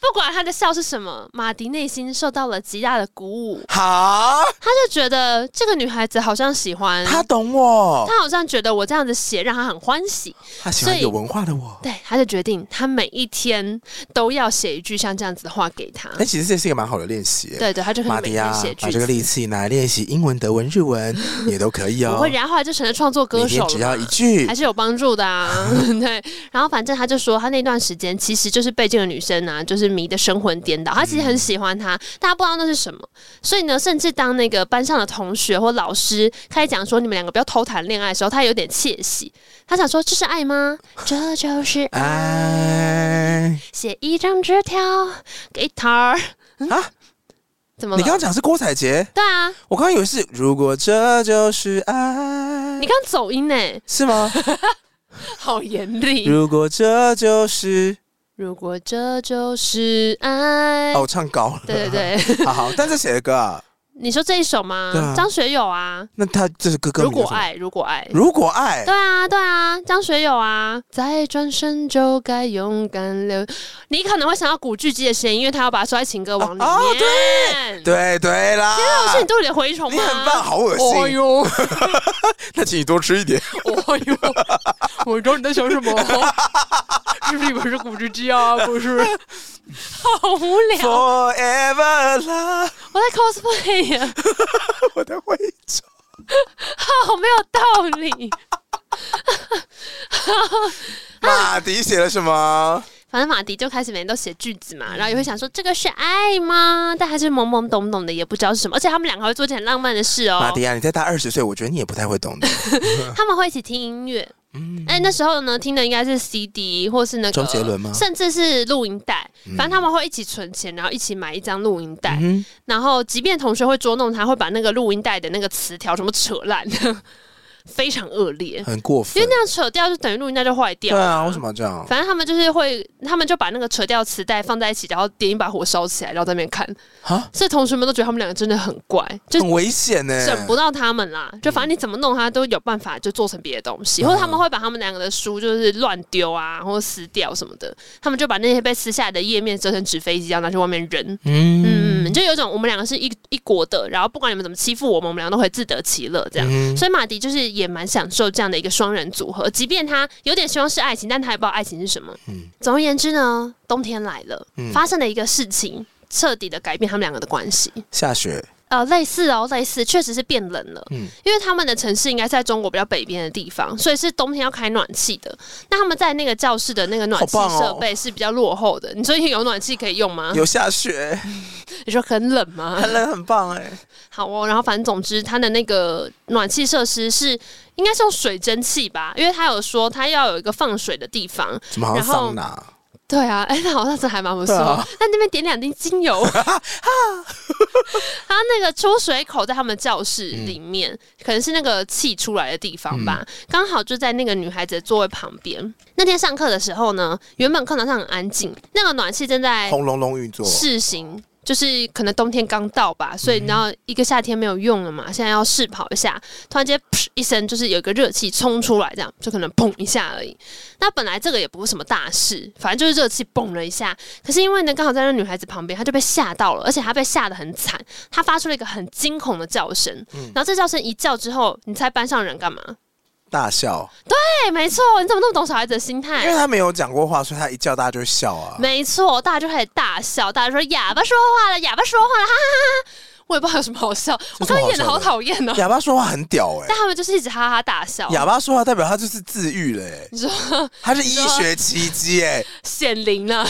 不管他的笑是什么，马迪内心受到了极大的鼓舞，好，他就觉得这个女孩子好像喜欢他懂我，她好像觉得我这样子写让她很欢喜，他喜所欢以有文化的我。对，他就决定他每一天都要写一句像这样子的话给他。但其实这是一个蛮好的练习、欸。对对，他就可以哎马每迪天亚写，句把这个子。力气拿来练习英文、德文、日 文也都可以不哦会，。然后后来就成了创作歌每手天只要了一嘛。句还，是有帮助 的啊，对。然后反正他就说，他那段时间其实就是被这个女生啊，就是迷得神魂颠倒。他其实嗯很喜欢她，但他不知道那是什么。所以呢，甚至当那个班上的同学或老师开始讲说你们两个不要偷谈恋爱的时候，他有点窃喜。他想说这是爱吗？这就是爱。哎，写一张纸条给他儿啊啊？怎么你刚刚了？讲是郭采洁，对啊，我刚刚以为是如果这就是爱你，刚刚走音呢，是吗？好严厉。如果这 就是如果这就是爱哦，，我唱高了，对对 对，好好，但是谁的歌啊？你说这一首吗对啊？张学友啊，那他这是歌歌如名叫果什么，爱，如果爱。如果爱对，啊，对啊，张学友啊，再转身就该勇敢流。你可能会想到古巨基的声音，因为他要把它收在情歌王里面。哦哦对对，对啦，是你肚里的蛔虫吗？你很棒，好恶哦心，呦，那请你多吃一点。哦呦，我知道你在想什么， 是不是以为是古巨基啊？不是， 好无聊，我 Forever love，在 cosplay 啊呀、我的徽章。啊好没有道理。马迪写了什么？ 反正马迪就开始每天都写句子嘛，然后也会想说这个是爱吗？但还是懵懵懂懂的，也不知道是什么。而且他们两个会做一件很浪漫的事哦马，迪啊，你再大二十岁，我觉得你也不太会 懂的。他们会一起听音乐。嗯，哎、那时候呢，听的应该是 CD 或是那个周杰伦吗甚至是录音带。反正他们会一起存钱，然后一起买一张录音带。嗯然后即便同学会捉弄他，会把那个录音带的那个磁条全部扯烂， 非常恶劣哼，。很过因分为。那样扯掉，就等于录音带就坏掉对了。啊，为什么要这样？反正他们就是会，他们就把那个扯掉的磁带放在一起，然后点一把火烧起来，然后在那边看。啊，所以同学们都觉得他们两个真的很怪，就很危险呢。整不到他们啦。就反正你怎么弄，他都有办法就做成别的东西，嗯或者他们会把他们两个的书就是乱丢啊，或者撕掉什么的。他们就把那些被撕下来的页面折成纸飞机，然后拿去外面扔。嗯嗯，就有一种我们两个是一一国的，然后不管你们怎么欺负我们，我们两个都会自得其乐这样。嗯所以马迪就是也蛮享受这样的一个双人组合，即便他有点希望是爱情，但他也不知道爱情是什么。嗯总而言之呢，冬天来了，嗯发生了一个事情，彻底的改变他们两个的关系。下雪，呃，类似哦，类似，确实是变冷了。嗯因为他们的城市应该是在中国比较北边的地方，所以是冬天要开暖气的。那他们在那个教室的那个暖气好棒哦设备是比较落后的。你最近有暖气可以用吗？有下雪，嗯你说很冷吗？很冷，很棒 哎。好哦，然后反正总之，它的那个暖气设施是应该是用水蒸气吧，因为他有说他要有一个放水的地方。怎么好像然后桑拿？对啊， 哎、那好像是还蛮不错。对那、啊那边点两滴精油， 它那个出水口在他们教室里面，嗯可能是那个气出来的地方吧，刚好就在那个女孩子的座位旁边。那天上课的时候呢，原本课堂上很安静，那个暖气正在轰隆隆运作，试行。就是可能冬天刚到吧，所以然后一个夏天没有用了嘛，现在要试跑一下，突然间噗一声，就是有一个热气冲出来，这样就可能砰一下而已。那本来这个也不是什么大事，反正就是热气蹦了一下。可是因为呢，刚好在那女孩子旁边，她就被吓到了，而且她被吓得很惨，她发出了一个很惊恐的叫声。然后这叫声一叫之后，你猜班上人干嘛？大笑，对，没错，你怎么那么懂小孩子的心态因？为他没有讲过话，所以他一叫大家就会笑啊。哎没错，大家就开始大笑，大家说哑巴说话了，哑巴说话了，哈哈哈哈！我也不知道有什么好笑，我这有什么刚好笑刚演的好的讨厌哦。哑巴说话很屌哎、但他们就是一直哈哈大笑，哑巴说话代表他就是自愈了、欸，你说他是医学奇迹哎、显 灵了。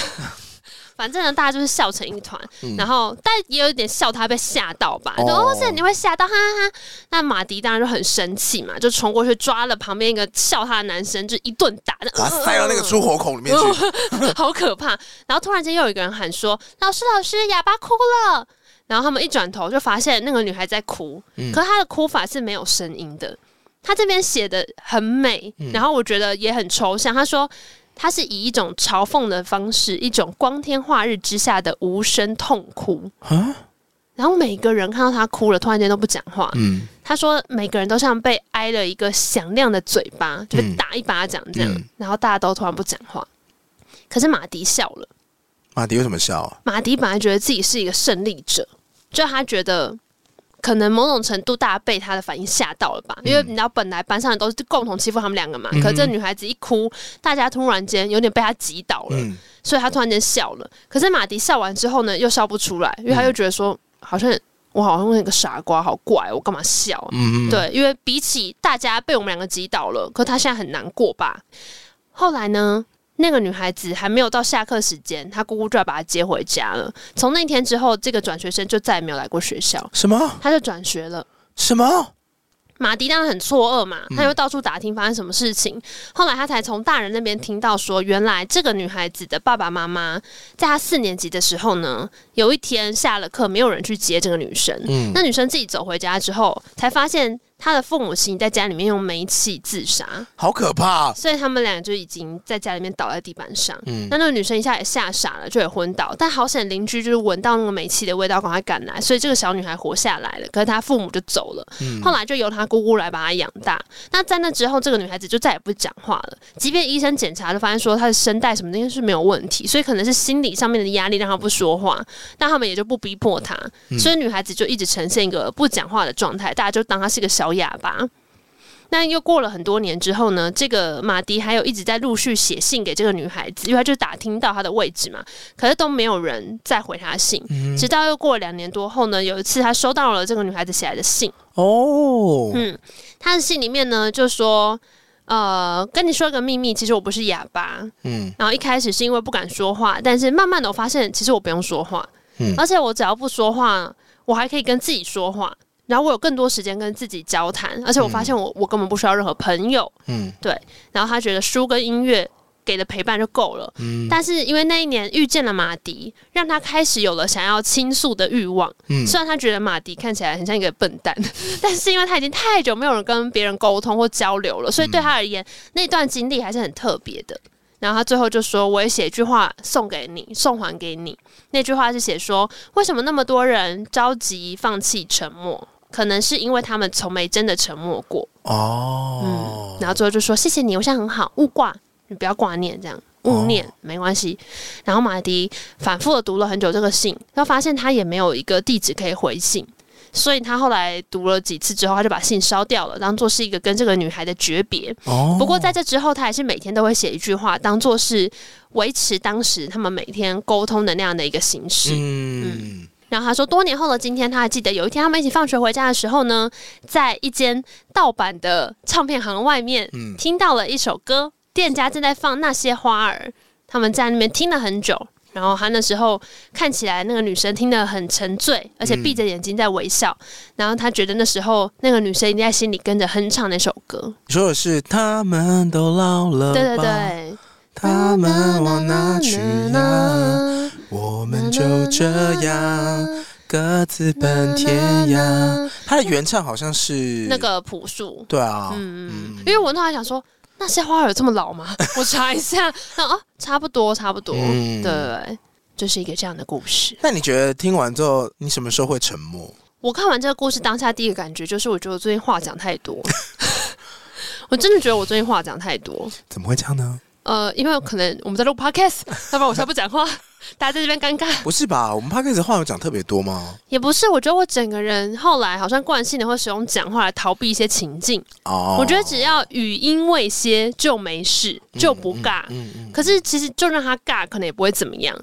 反正呢，大家就是笑成一团，然后但也有一点笑他被吓到吧，就嗯哦哦，这你会吓到，哈哈哈。那马迪当然就很生气嘛，就冲过去抓了旁边一个笑他的男生，就一顿打，把他塞到那个出火孔里面嗯去。好可怕。然后突然间又有一个人喊说：“老师，老师，哑巴哭了。”然后他们一转头就发现那个女孩在哭，可是她的哭法是没有声音的。她这边写的很美，然后我觉得也很抽象。她说。她是以一种嘲讽的方式，一种光天化日之下的无声痛哭。然后每个人看到她哭了，突然间都不讲话。嗯他说每个人都像被挨了一个响亮的嘴巴，就被打一巴掌这样，嗯然后大家都突然不讲话。可是马迪笑了，马迪为什么笑啊？马迪本来觉得自己是一个胜利者，就他觉得。可能某种程度，大家被他的反应吓到了吧？因为你知道，本来班上人都是共同欺负他们两个嘛。可是这女孩子一哭，大家突然间有点被她击倒了，嗯，所以她突然间笑了。可是马迪笑完之后呢，又笑不出来，因为他又觉得说，好像我好像那个傻瓜，好怪，我干嘛笑啊？嗯，对，因为比起大家被我们两个击倒了，可他现在很难过吧？后来呢，那个女孩子还没有到下课时间，她姑姑就要把她接回家了。从那天之后，这个转学生就再也没有来过学校，什么他就转学了。什么？马迪当然很错愕嘛，他又到处打听发生什么事情。后来他才从大人那边听到说，原来这个女孩子的爸爸妈妈在她四年级的时候呢，有一天下了课没有人去接这个女生，嗯那女生自己走回家之后，才发现她的父母亲在家里面用煤气自杀，好可怕！所以他们俩就已经在家里面倒在地板上。嗯那那个女生一下也吓傻了，就也昏倒。但好险，邻居就是闻到那个煤气的味道，赶快赶来，所以这个小女孩活下来了。可是她父母就走了，后来就由她姑姑来把她养大。那在那之后，这个女孩子就再也不讲话了。即便医生检查，就发现说她的声带什么的应该是没有问题，所以可能是心理上面的压力让她不说话。那他们也就不逼迫她，所以女孩子就一直呈现一个不讲话的状态，大家就当她是个小哑巴。那又过了很多年之后呢，这个马迪还有一直在陆续写信给这个女孩子，因为他就打听到她的位置嘛，可是都没有人再回他信。直到又过了两年多后呢，有一次他收到了这个女孩子写来的信，哦，嗯，他的信里面呢就说。呃，跟你说个秘密，其实我不是哑巴。嗯然后一开始是因为不敢说话，但是慢慢的我发现，其实我不用说话，嗯而且我只要不说话，我还可以跟自己说话，然后我有更多时间跟自己交谈，而且我发现我、我根本不需要任何朋友，嗯然后他觉得书跟音乐给的陪伴就够了。但是因为那一年遇见了马迪，让他开始有了想要倾诉的欲望。嗯虽然他觉得马迪看起来很像一个笨蛋， 但是因为他已经太久没有人跟别人沟通或交流了，所以对他而言，那段经历还是很特别的。然后他最后就说：“我也写一句话送给你，送还给你。”那句话是写说：“为什么那么多人着急放弃沉默？可能是因为他们从没真的沉默过。”哦，然后最后就说谢谢你，我现在很好，勿挂，你不要挂念，这样哦勿念、没关系。然后马迪反复的读了很久这个信，然后发现他也没有一个地址可以回信，所以他后来读了几次之后，他就把信烧掉了，当做是一个跟这个女孩的诀别。哦不过在这之后，他还是每天都会写一句话，当做是维持当时他们每天沟通能量的一个形式。嗯然后他说，多年后的今天，他还记得有一天他们一起放学回家的时候呢，在一间盗版的唱片行外面，嗯听到了一首歌，店家正在放那些花儿，他们在那边听了很久。然后他那时候看起来那个女生听得很沉醉，而且闭着眼睛在微笑。然后他觉得那时候那个女生一定在心里跟着哼唱那首歌。你说的是他们都老了，对对，对，他们往哪去嗯呀？我们就这样各自奔天涯。他的原唱好像是嗯那，个朴树，对啊，嗯，嗯因为我那还想说，那些花儿有这么老吗？我查一下，那哦，差不多，差不多，嗯对。就是一个这样的故事。那你觉得听完之后，你什么时候会沉默？我看完这个故事，当下第一个感觉就是，我觉得我最近话讲太多。 我真的觉得我最近话讲太多，怎么会这样呢？呃，因为可能我们在录 podcast，要不然我才不讲话， 大家在这边尴尬。不是吧？我们 p 开始话有讲特别多吗？也不是，我觉得我整个人后来好像惯性的会使用讲话来逃避一些情境。哦，我觉得只要语音未歇就没事，就不尬。嗯嗯，可是其实就让他尬，可能也不会怎么样。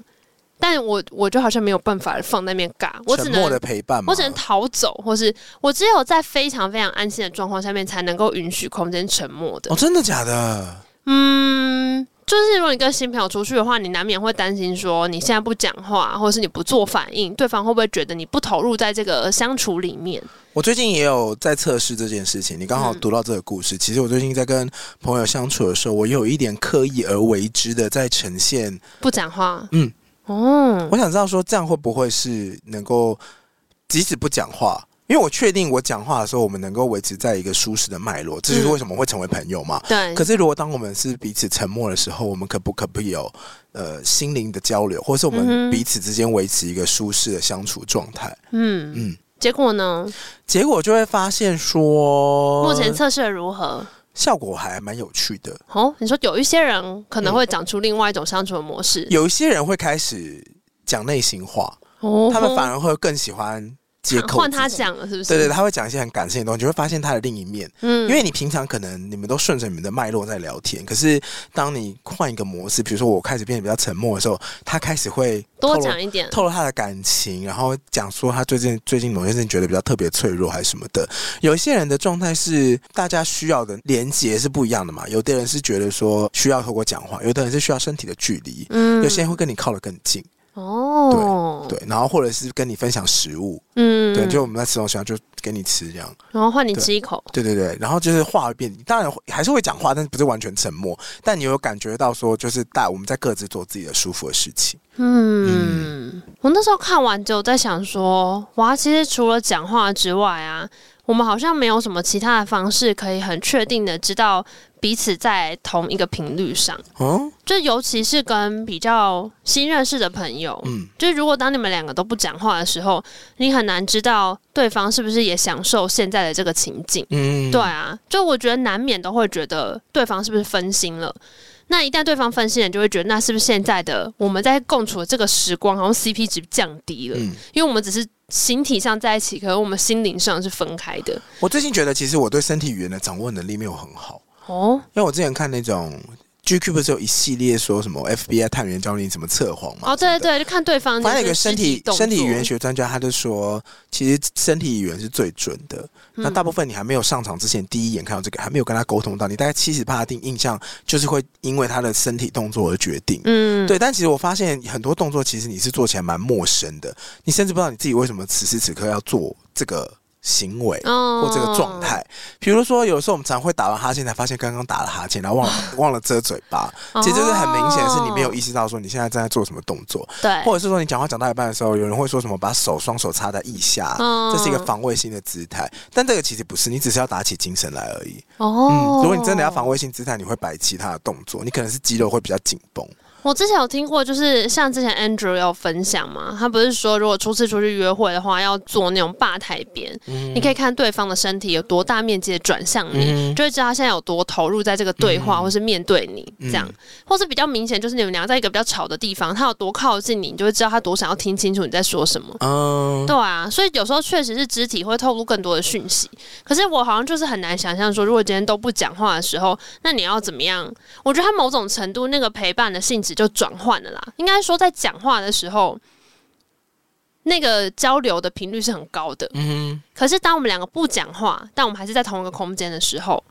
但我我就好像没有办法放那边尬，我只沉能默的陪伴嘛，我只能逃走，或是我只有在非常非常安心的状况下面，才能够允许空间沉默的哦，。真的假的？嗯，就是如果你跟新朋友出去的话，你难免会担心说你现在不讲话，或者是你不做反应，对方会不会觉得你不投入在这个相处里面？我最近也有在测试这件事情，你刚嗯好读到这个故事。其实我最近在跟朋友相处的时候，我有一点刻意而为之的在呈现。不讲话，嗯，哦，我想知道说，这样会不会是能够即使不讲话？因为我确定我讲话的时候，我们能够维持在一个舒适的脉络，嗯这就是为什么会成为朋友嘛。对，可是，如果当我们是彼此沉默的时候，我们可不可不有呃心灵的交流，或是我嗯们哼彼此之间维持一个舒适的相处状态？嗯嗯嗯，结果呢？结果就会发现说，目前测试的如何？效果还蛮有趣的。哦，你说有一些人可能会长出另外一种相处的模式，有一些人会开始讲内心话，哦他们反而会更喜欢接口换他自己。讲了，是不是？对对，他会讲一些很感性的东西，你会发现他的另一面。嗯因为你平常可能你们都顺着你们的脉络在聊天，可是当你换一个模式，比如说我开始变得比较沉默的时候，他开始会透多露讲一点，透露他的感情，然后讲说他最近最近某件事情觉得比较特别脆弱还是什么的。有一些人的状态是大家需要的连接是不一样的嘛，有的人是觉得说需要透过讲话，有的人是需要身体的距离，嗯有些人会跟你靠得更近，哦，对，然后或者是跟你分享食物，嗯对，就我们在吃东西，然后就给你吃这样，然后换你对吃一口，对对对，然后就是话会变，当然会还是会讲话，但是不是完全沉默，但你有感觉到说就是大我们在各自做自己的舒服的事情，嗯，我那时候看完之后在想说，哇，其实除了讲话之外啊，我们好像没有什么其他的方式可以很确定的知道彼此在同一个频率上。嗯就尤其是跟比较新认识的朋友，嗯。就如果当你们两个都不讲话的时候，你很难知道对方是不是也享受现在的这个情境。嗯，对啊，就我觉得难免都会觉得对方是不是分心了。那一旦对方分心了，你就会觉得那是不是现在的我们在共处的这个时光，好像 CP 值降低了，嗯，因为我们只是形体上在一起，可能我们心灵上是分开的。我最近觉得，其实我对身体语言的掌握能力没有很好，哦，因为我之前看那种 GQ 不是有一系列说什么 FBI 探员教你怎么测谎嘛？哦，对对对，就看对方的反正有个肢身体体动身体作语言学专家，他就说，其实身体语言是最准的。嗯那大部分你还没有上场之前，第一眼看到这个，还没有跟他沟通到，你大概七十八定印象，就是会因为他的身体动作而决定。嗯，对，但其实我发现很多动作，其实你是做起来蛮陌生的，你甚至不知道你自己为什么此时此刻要做这个行为。哦或这个状，态。比如说，有时候我们常会打完哈欠才发现刚刚打了哈欠，然后忘 了忘了遮嘴巴，其实就是很明显是你没有意思，识到说你现在正在做什么动作，哦对，或者是说你讲话讲到一半的时候，有人会说什么把手双手插在腋下。嗯这是一个防卫性的姿态，但这个其实不是，你只是要打起精神来而已。哦、嗯，如果你真的要防卫性姿态，你会摆其他的动作，你可能是肌肉会比较紧绷。我之前有听过，就是像之前 Andrew 有分享嘛，他不是说如果初次出去约会的话，要坐那种吧台边，你可以看对方的身体有多大面积的转向你，嗯就会知道他现在有多投入在这个对话，或是面对你嗯这样，或是比较明显就是你们俩在一个比较吵的地方，他有多靠近你，你就会知道他多想要听清楚你在说什么。嗯，对啊，所以有时候确实是肢体会透露更多的讯息。可是我好像就是很难想象说，如果今天都不讲话的时候，那你要怎么样？我觉得他某种程度那个陪伴的性质就转换了啦。应该说，在讲话的时候，那个交流的频率是很高的。嗯可是当我们两个不讲话，但我们还是在同一个空间的时候，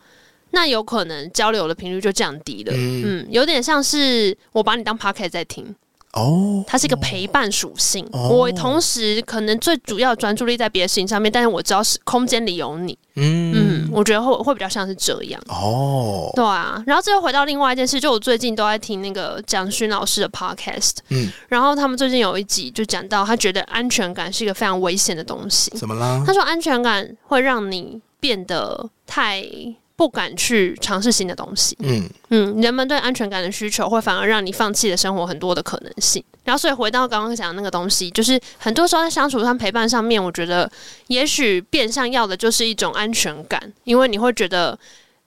那有可能交流的频率就降低了。嗯，嗯，有点像是我把你当 p o c k e t 在听。哦，它是一个陪伴属性。哦我同时可能最主要专注力在别的事情上面，但是我知道是空间里有你。嗯，嗯，我觉得会会比较像是这样。哦，对啊，然后这又回到另外一件事，就我最近都在听那个蒋勋老师的 podcast，嗯，然后他们最近有一集就讲到，他觉得安全感是一个非常危险的东西。怎么啦他？说安全感会让你变得太不敢去尝试新的东西。嗯，嗯，人们对安全感的需求会反而让你放弃了生活很多的可能性。然后所以回到刚刚讲的那个东西，就是很多时候在相处上、陪伴上面，我觉得也许变相要的就是一种安全感，因为你会觉得，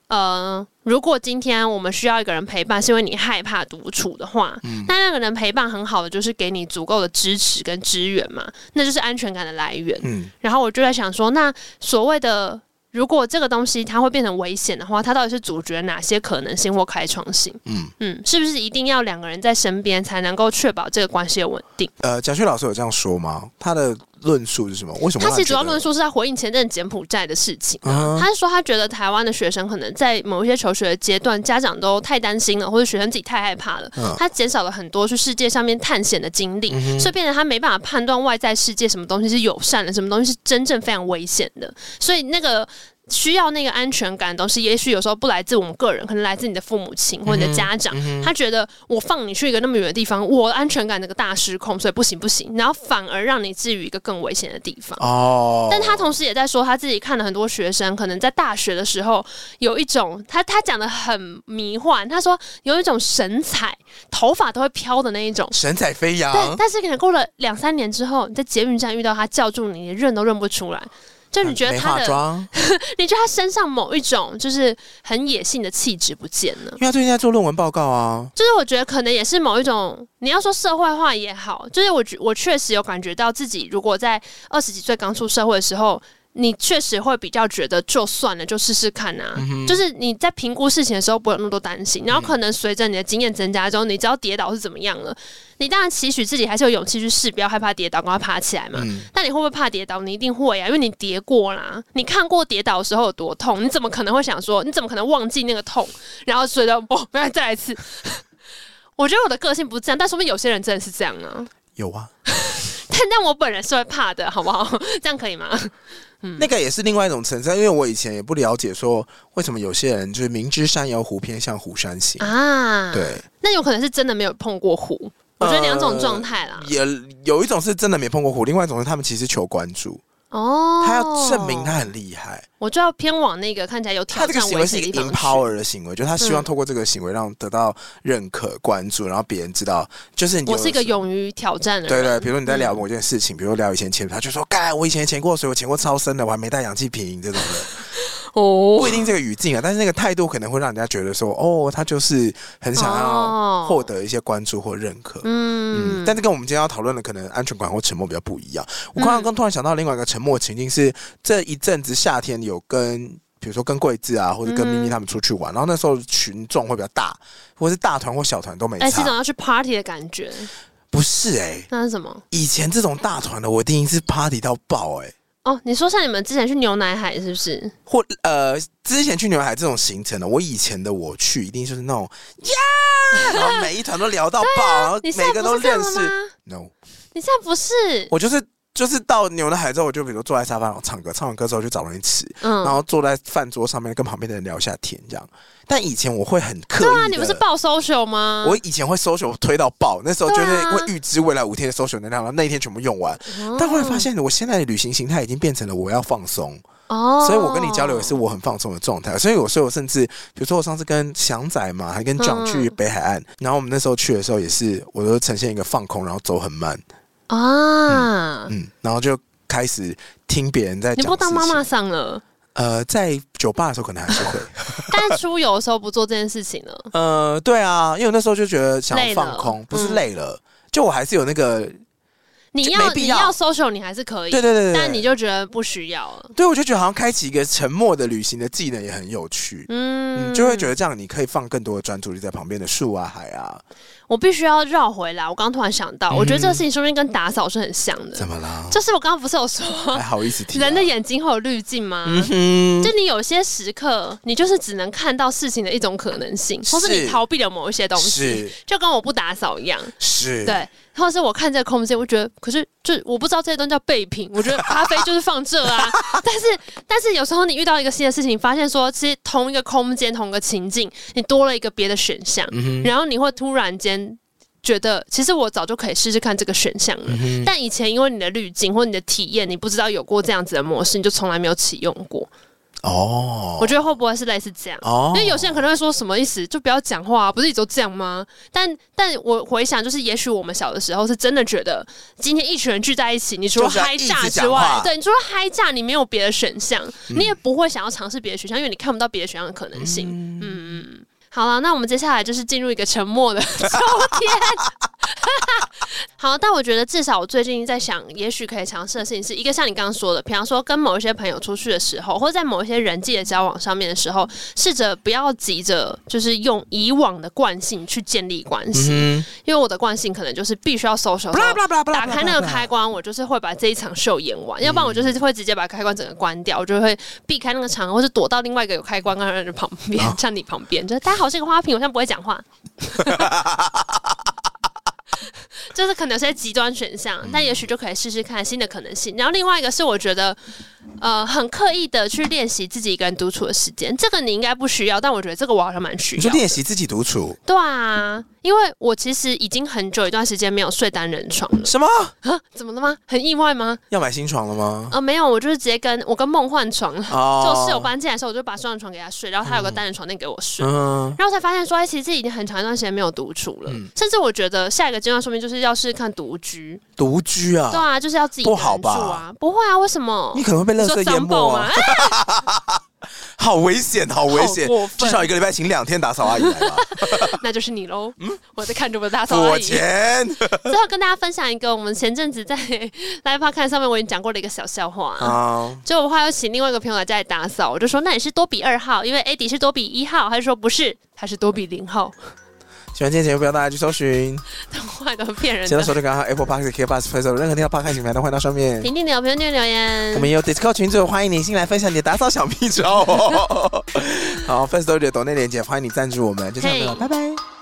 呃，如果今天我们需要一个人陪伴，是因为你害怕独处的话，那那个人陪伴很好的就是给你足够的支持跟支援嘛，那就是安全感的来源。嗯，然后我就在想说，那所谓的如果这个东西它会变成危险的话，它到底是阻绝哪些可能性或开创性？嗯嗯，是不是一定要两个人在身边才能够确保这个关系的稳定？呃，蒋勋老师有这样说吗？他的论述是什么？为什么他其实主要觉得论述是在回应前阵柬埔寨的事情。啊他是说，他觉得台湾的学生可能在某一些求学的阶段，家长都太担心了，或者学生自己太害怕了嗯，他减少了很多去世界上面探险的经历，所以变成他没办法判断外在世界什么东西是友善的，什么东西是真正非常危险的，所以那个。需要那个安全感的东西，也许有时候不来自我们个人，可能来自你的父母亲或你的家长。他觉得我放你去一个那么远的地方，我安全感那个大失控，所以不行不行，然后反而让你置于一个更危险的地方。哦，但他同时也在说，他自己看了很多学生，可能在大学的时候有一种他他讲的很迷幻，他说有一种神采，头发都会飘的那一种。神采飞扬，但但是可能过了两三年之后，你在捷运站遇到他叫住你，你认都认不出来。就你觉得没他化的，妆，你觉得他身上某一种就是很野性的气质不见了。因为他最近在做论文报告啊。就是我觉得可能也是某一种，你要说社会化也好，就是我觉我确实有感觉到自己，如果在二十几岁刚出社会的时候，你确实会比较觉得就算了，就试试看啊。就是你在评估事情的时候不会有那么多担心，然后可能随着你的经验增加之后，你知道跌倒是怎么样了，你当然期许自己还是有勇气去试，不要害怕跌倒，赶快爬起来嘛。嗯，但你会不会怕跌倒？你一定会啊呀、因为你跌过啦，你看过跌倒的时候有多痛，你怎么可能会想说，你怎么可能忘记那个痛，然后觉得哦不，那再来一次？我觉得我的个性不是这样，但说明有些人真的是这样啊。 有啊，但但我本人是会怕的，好不好？ 这样可以吗？嗯那个也是另外一种层次，因为我以前也不了解说为什么有些人就是明知山有虎，偏向虎山行。啊，，对，那有可能是真的没有碰过虎。我觉得两种呃状态啦。也有一种是真的没碰过虎，另外一种是他们其实求关注，哦，呃他要证明他，很厉害。我就要偏往那个看起来有他挑这个战行危为是险一的个地方去。 empower 的行为，就是他希望嗯透过这个行为让得到认可、关注，然后别人知道，就是你我是一个有。勇于挑战的人。嗯对对，比如你在聊某件事情，比如聊以前潜水，他就说：“干，我以前也潜过水，我潜过超深的，我还没带氧气瓶这种的。” 哦不一定这个语境啊，但是那个态度可能会让人家觉得说，哦，他就是很想要哦获得一些关注或认可。嗯，嗯，但是跟我们今天要讨论的可能安全感或沉默比较不一样。我刚刚嗯刚突然想到另外一个沉默情境是，这一阵子夏天有跟，比如说跟桂智啊，或者跟咪咪他们出去玩，然后那时候群众会比较大，或是大团或小团都没哎，是一种差。要去 party 的感觉，不是哎、那是什么？以前这种大团的，我一定是 party 到爆哎、哦，你说像你们之前去牛奶海是不是？或呃，之前去牛海这种行程的，我以前的我去一定就是那种呀，然后每一团都聊到爆，然后啊你现每个在不都是这样认的识。吗？ No，你现在不是，我就是就是到牛奶海之后，我就比如坐在沙发上唱歌，唱完歌之后就找人吃，然嗯，后坐在饭桌上面跟旁边的人聊一下天这样。但以前我会很刻对意啊，你不是地报 social 吗？我以前会 social 推到爆，那时候就是对啊会预知未来五天的 social 能量，然后那一天全部用完。哦但后来发，现，我现在的旅行形态已经变成了我要放松，哦所以我跟你交流也是我很放松的状态，所以我所以我甚至，比如说我上次跟翔仔嘛，还跟 John 嗯去北海岸，然后我们那时候去的时候也是，我都呈现一个放空，然后走很慢，啊，嗯，然后就开始听别人在你讲不事当妈妈情。桑了，呃，在酒吧的时候可能还是 会，但是出游的时候不做这件事情 了。呃，对啊，因为我那时候就觉得想要累了放空，不是嗯累了，就我还是有那个，你就要没必你要要 social，你还是可以，对对对对，但你就就觉得不需要了。对我就觉得好像开启一个沉默的旅行的技能也很有趣。嗯嗯，就会觉得这样，你可以放更多的专注力在旁边的树啊、海啊。我必须要绕回来。我刚突然想到，我觉得这嗯个事情说不定跟打扫是很像的怎。么啦？就是我刚刚不是有说 还，好意思提、啊？人的眼睛会有滤镜吗？嗯就哼，你有些时刻，你就是只能看到事情的一种可能性，或是是你逃避了某一些东西是，就跟我不打扫一样，是，对。或是我看这个空间，我觉得，可是就我不知道这些东西叫备品，我觉得咖啡就是放这 啊。但是，但是有时候你遇到一个新的事情，发现说，其实同一个空间、同一个情境，你多了一个别的选项，嗯然后你会突然间觉得，其实我早就可以试试看这个选项了。嗯哼，但以前因为你的滤镜或你的体验，你不知道有过这样子的模式，你就从来没有启用过。哦我觉得会不会是类似这样？哦因为有些人可能会说什么意思，就不要讲话、啊，不是一直都这样吗？但但我回想，就是也许我们小的时候是真的觉得，今天一群人聚在一起，你除了就是要嗨一炸直之讲外话，嗯对，你除了嗨炸，你没有别的选项，你也不会想要尝试别的选项，因为你看不到别的选项的可能性。嗯嗯嗯。好了，那我们接下来就是进入一个沉默的 秋天。好，但我觉得至少我最近在想，也许可以尝试的事情是一个像你刚刚说的，比方说跟某一些朋友出去的时候，或者在某一些人际的交往上面的时候，试着不要急着就是用以往的惯性去建立关系，嗯因为我的惯性可能就是必须要 social 的时候。 ，blah blah blah blah，打开那个开关，我就是会把这一场秀演完，要不然我就是会直接把开关整个关掉，我就会避开那个场合，或是躲到另外一个有开关的人的旁边，像你旁边，就是大家好，是一个花瓶，我现在不会讲话。 就是可能有些极端选项，但也许就可以试试看新的可能性。然后另外一个是，我觉得，呃，很刻意的去练习自己一个人独处的时间，这个你应该不需要，但我觉得这个我好像蛮需你要说的。练习自己独处对啊，因为我其实已经很久一段时间没有睡单人床了。什么？啊，怎么了吗？很意外吗？要买新床了吗？呃，没有，我就是直接跟我跟梦换床了。 嗯就哦我室友搬进来的时候，我就把双人床给他睡，然后他有个单人床垫给我睡。嗯，然后才发现说，哎，其实已经很长一段时间没有独处了，甚至我觉得下一个阶段说明就是要试试看独居，独居对啊，啊，就是要自己一不个人好住吧啊，不会啊，为什么？你可能会被垃你说圾淹脏没爆吗？啊， 哎好危险，好危险好过！分至少一个礼拜请两天打扫阿姨来 吧，那就是你喽。我在看着我的大付嫂阿嗯我姨。 钱最后跟大家分享一个我们前阵子在 live podcast 上面我已经讲过的一个小笑话。啊！就我后来又请另外一个朋友来家里打扫，我就说那你是多比二号，因为 AD 是多比一号，他就说不是，他是多比 零号，喜欢今天节目，不要大家去搜寻。后来都是骗人其他手的。机刚刚 Apple Park、K Bus、f a c e b 任何听到 Park 请来都欢迎到上面。评论留评论留我言们，也有 Discord 群组，欢迎你进来分享你的打扫 小秘招哦。好 f a c e b o o 的抖内连接，欢迎你赞助我们，就这样子了，嘿拜拜。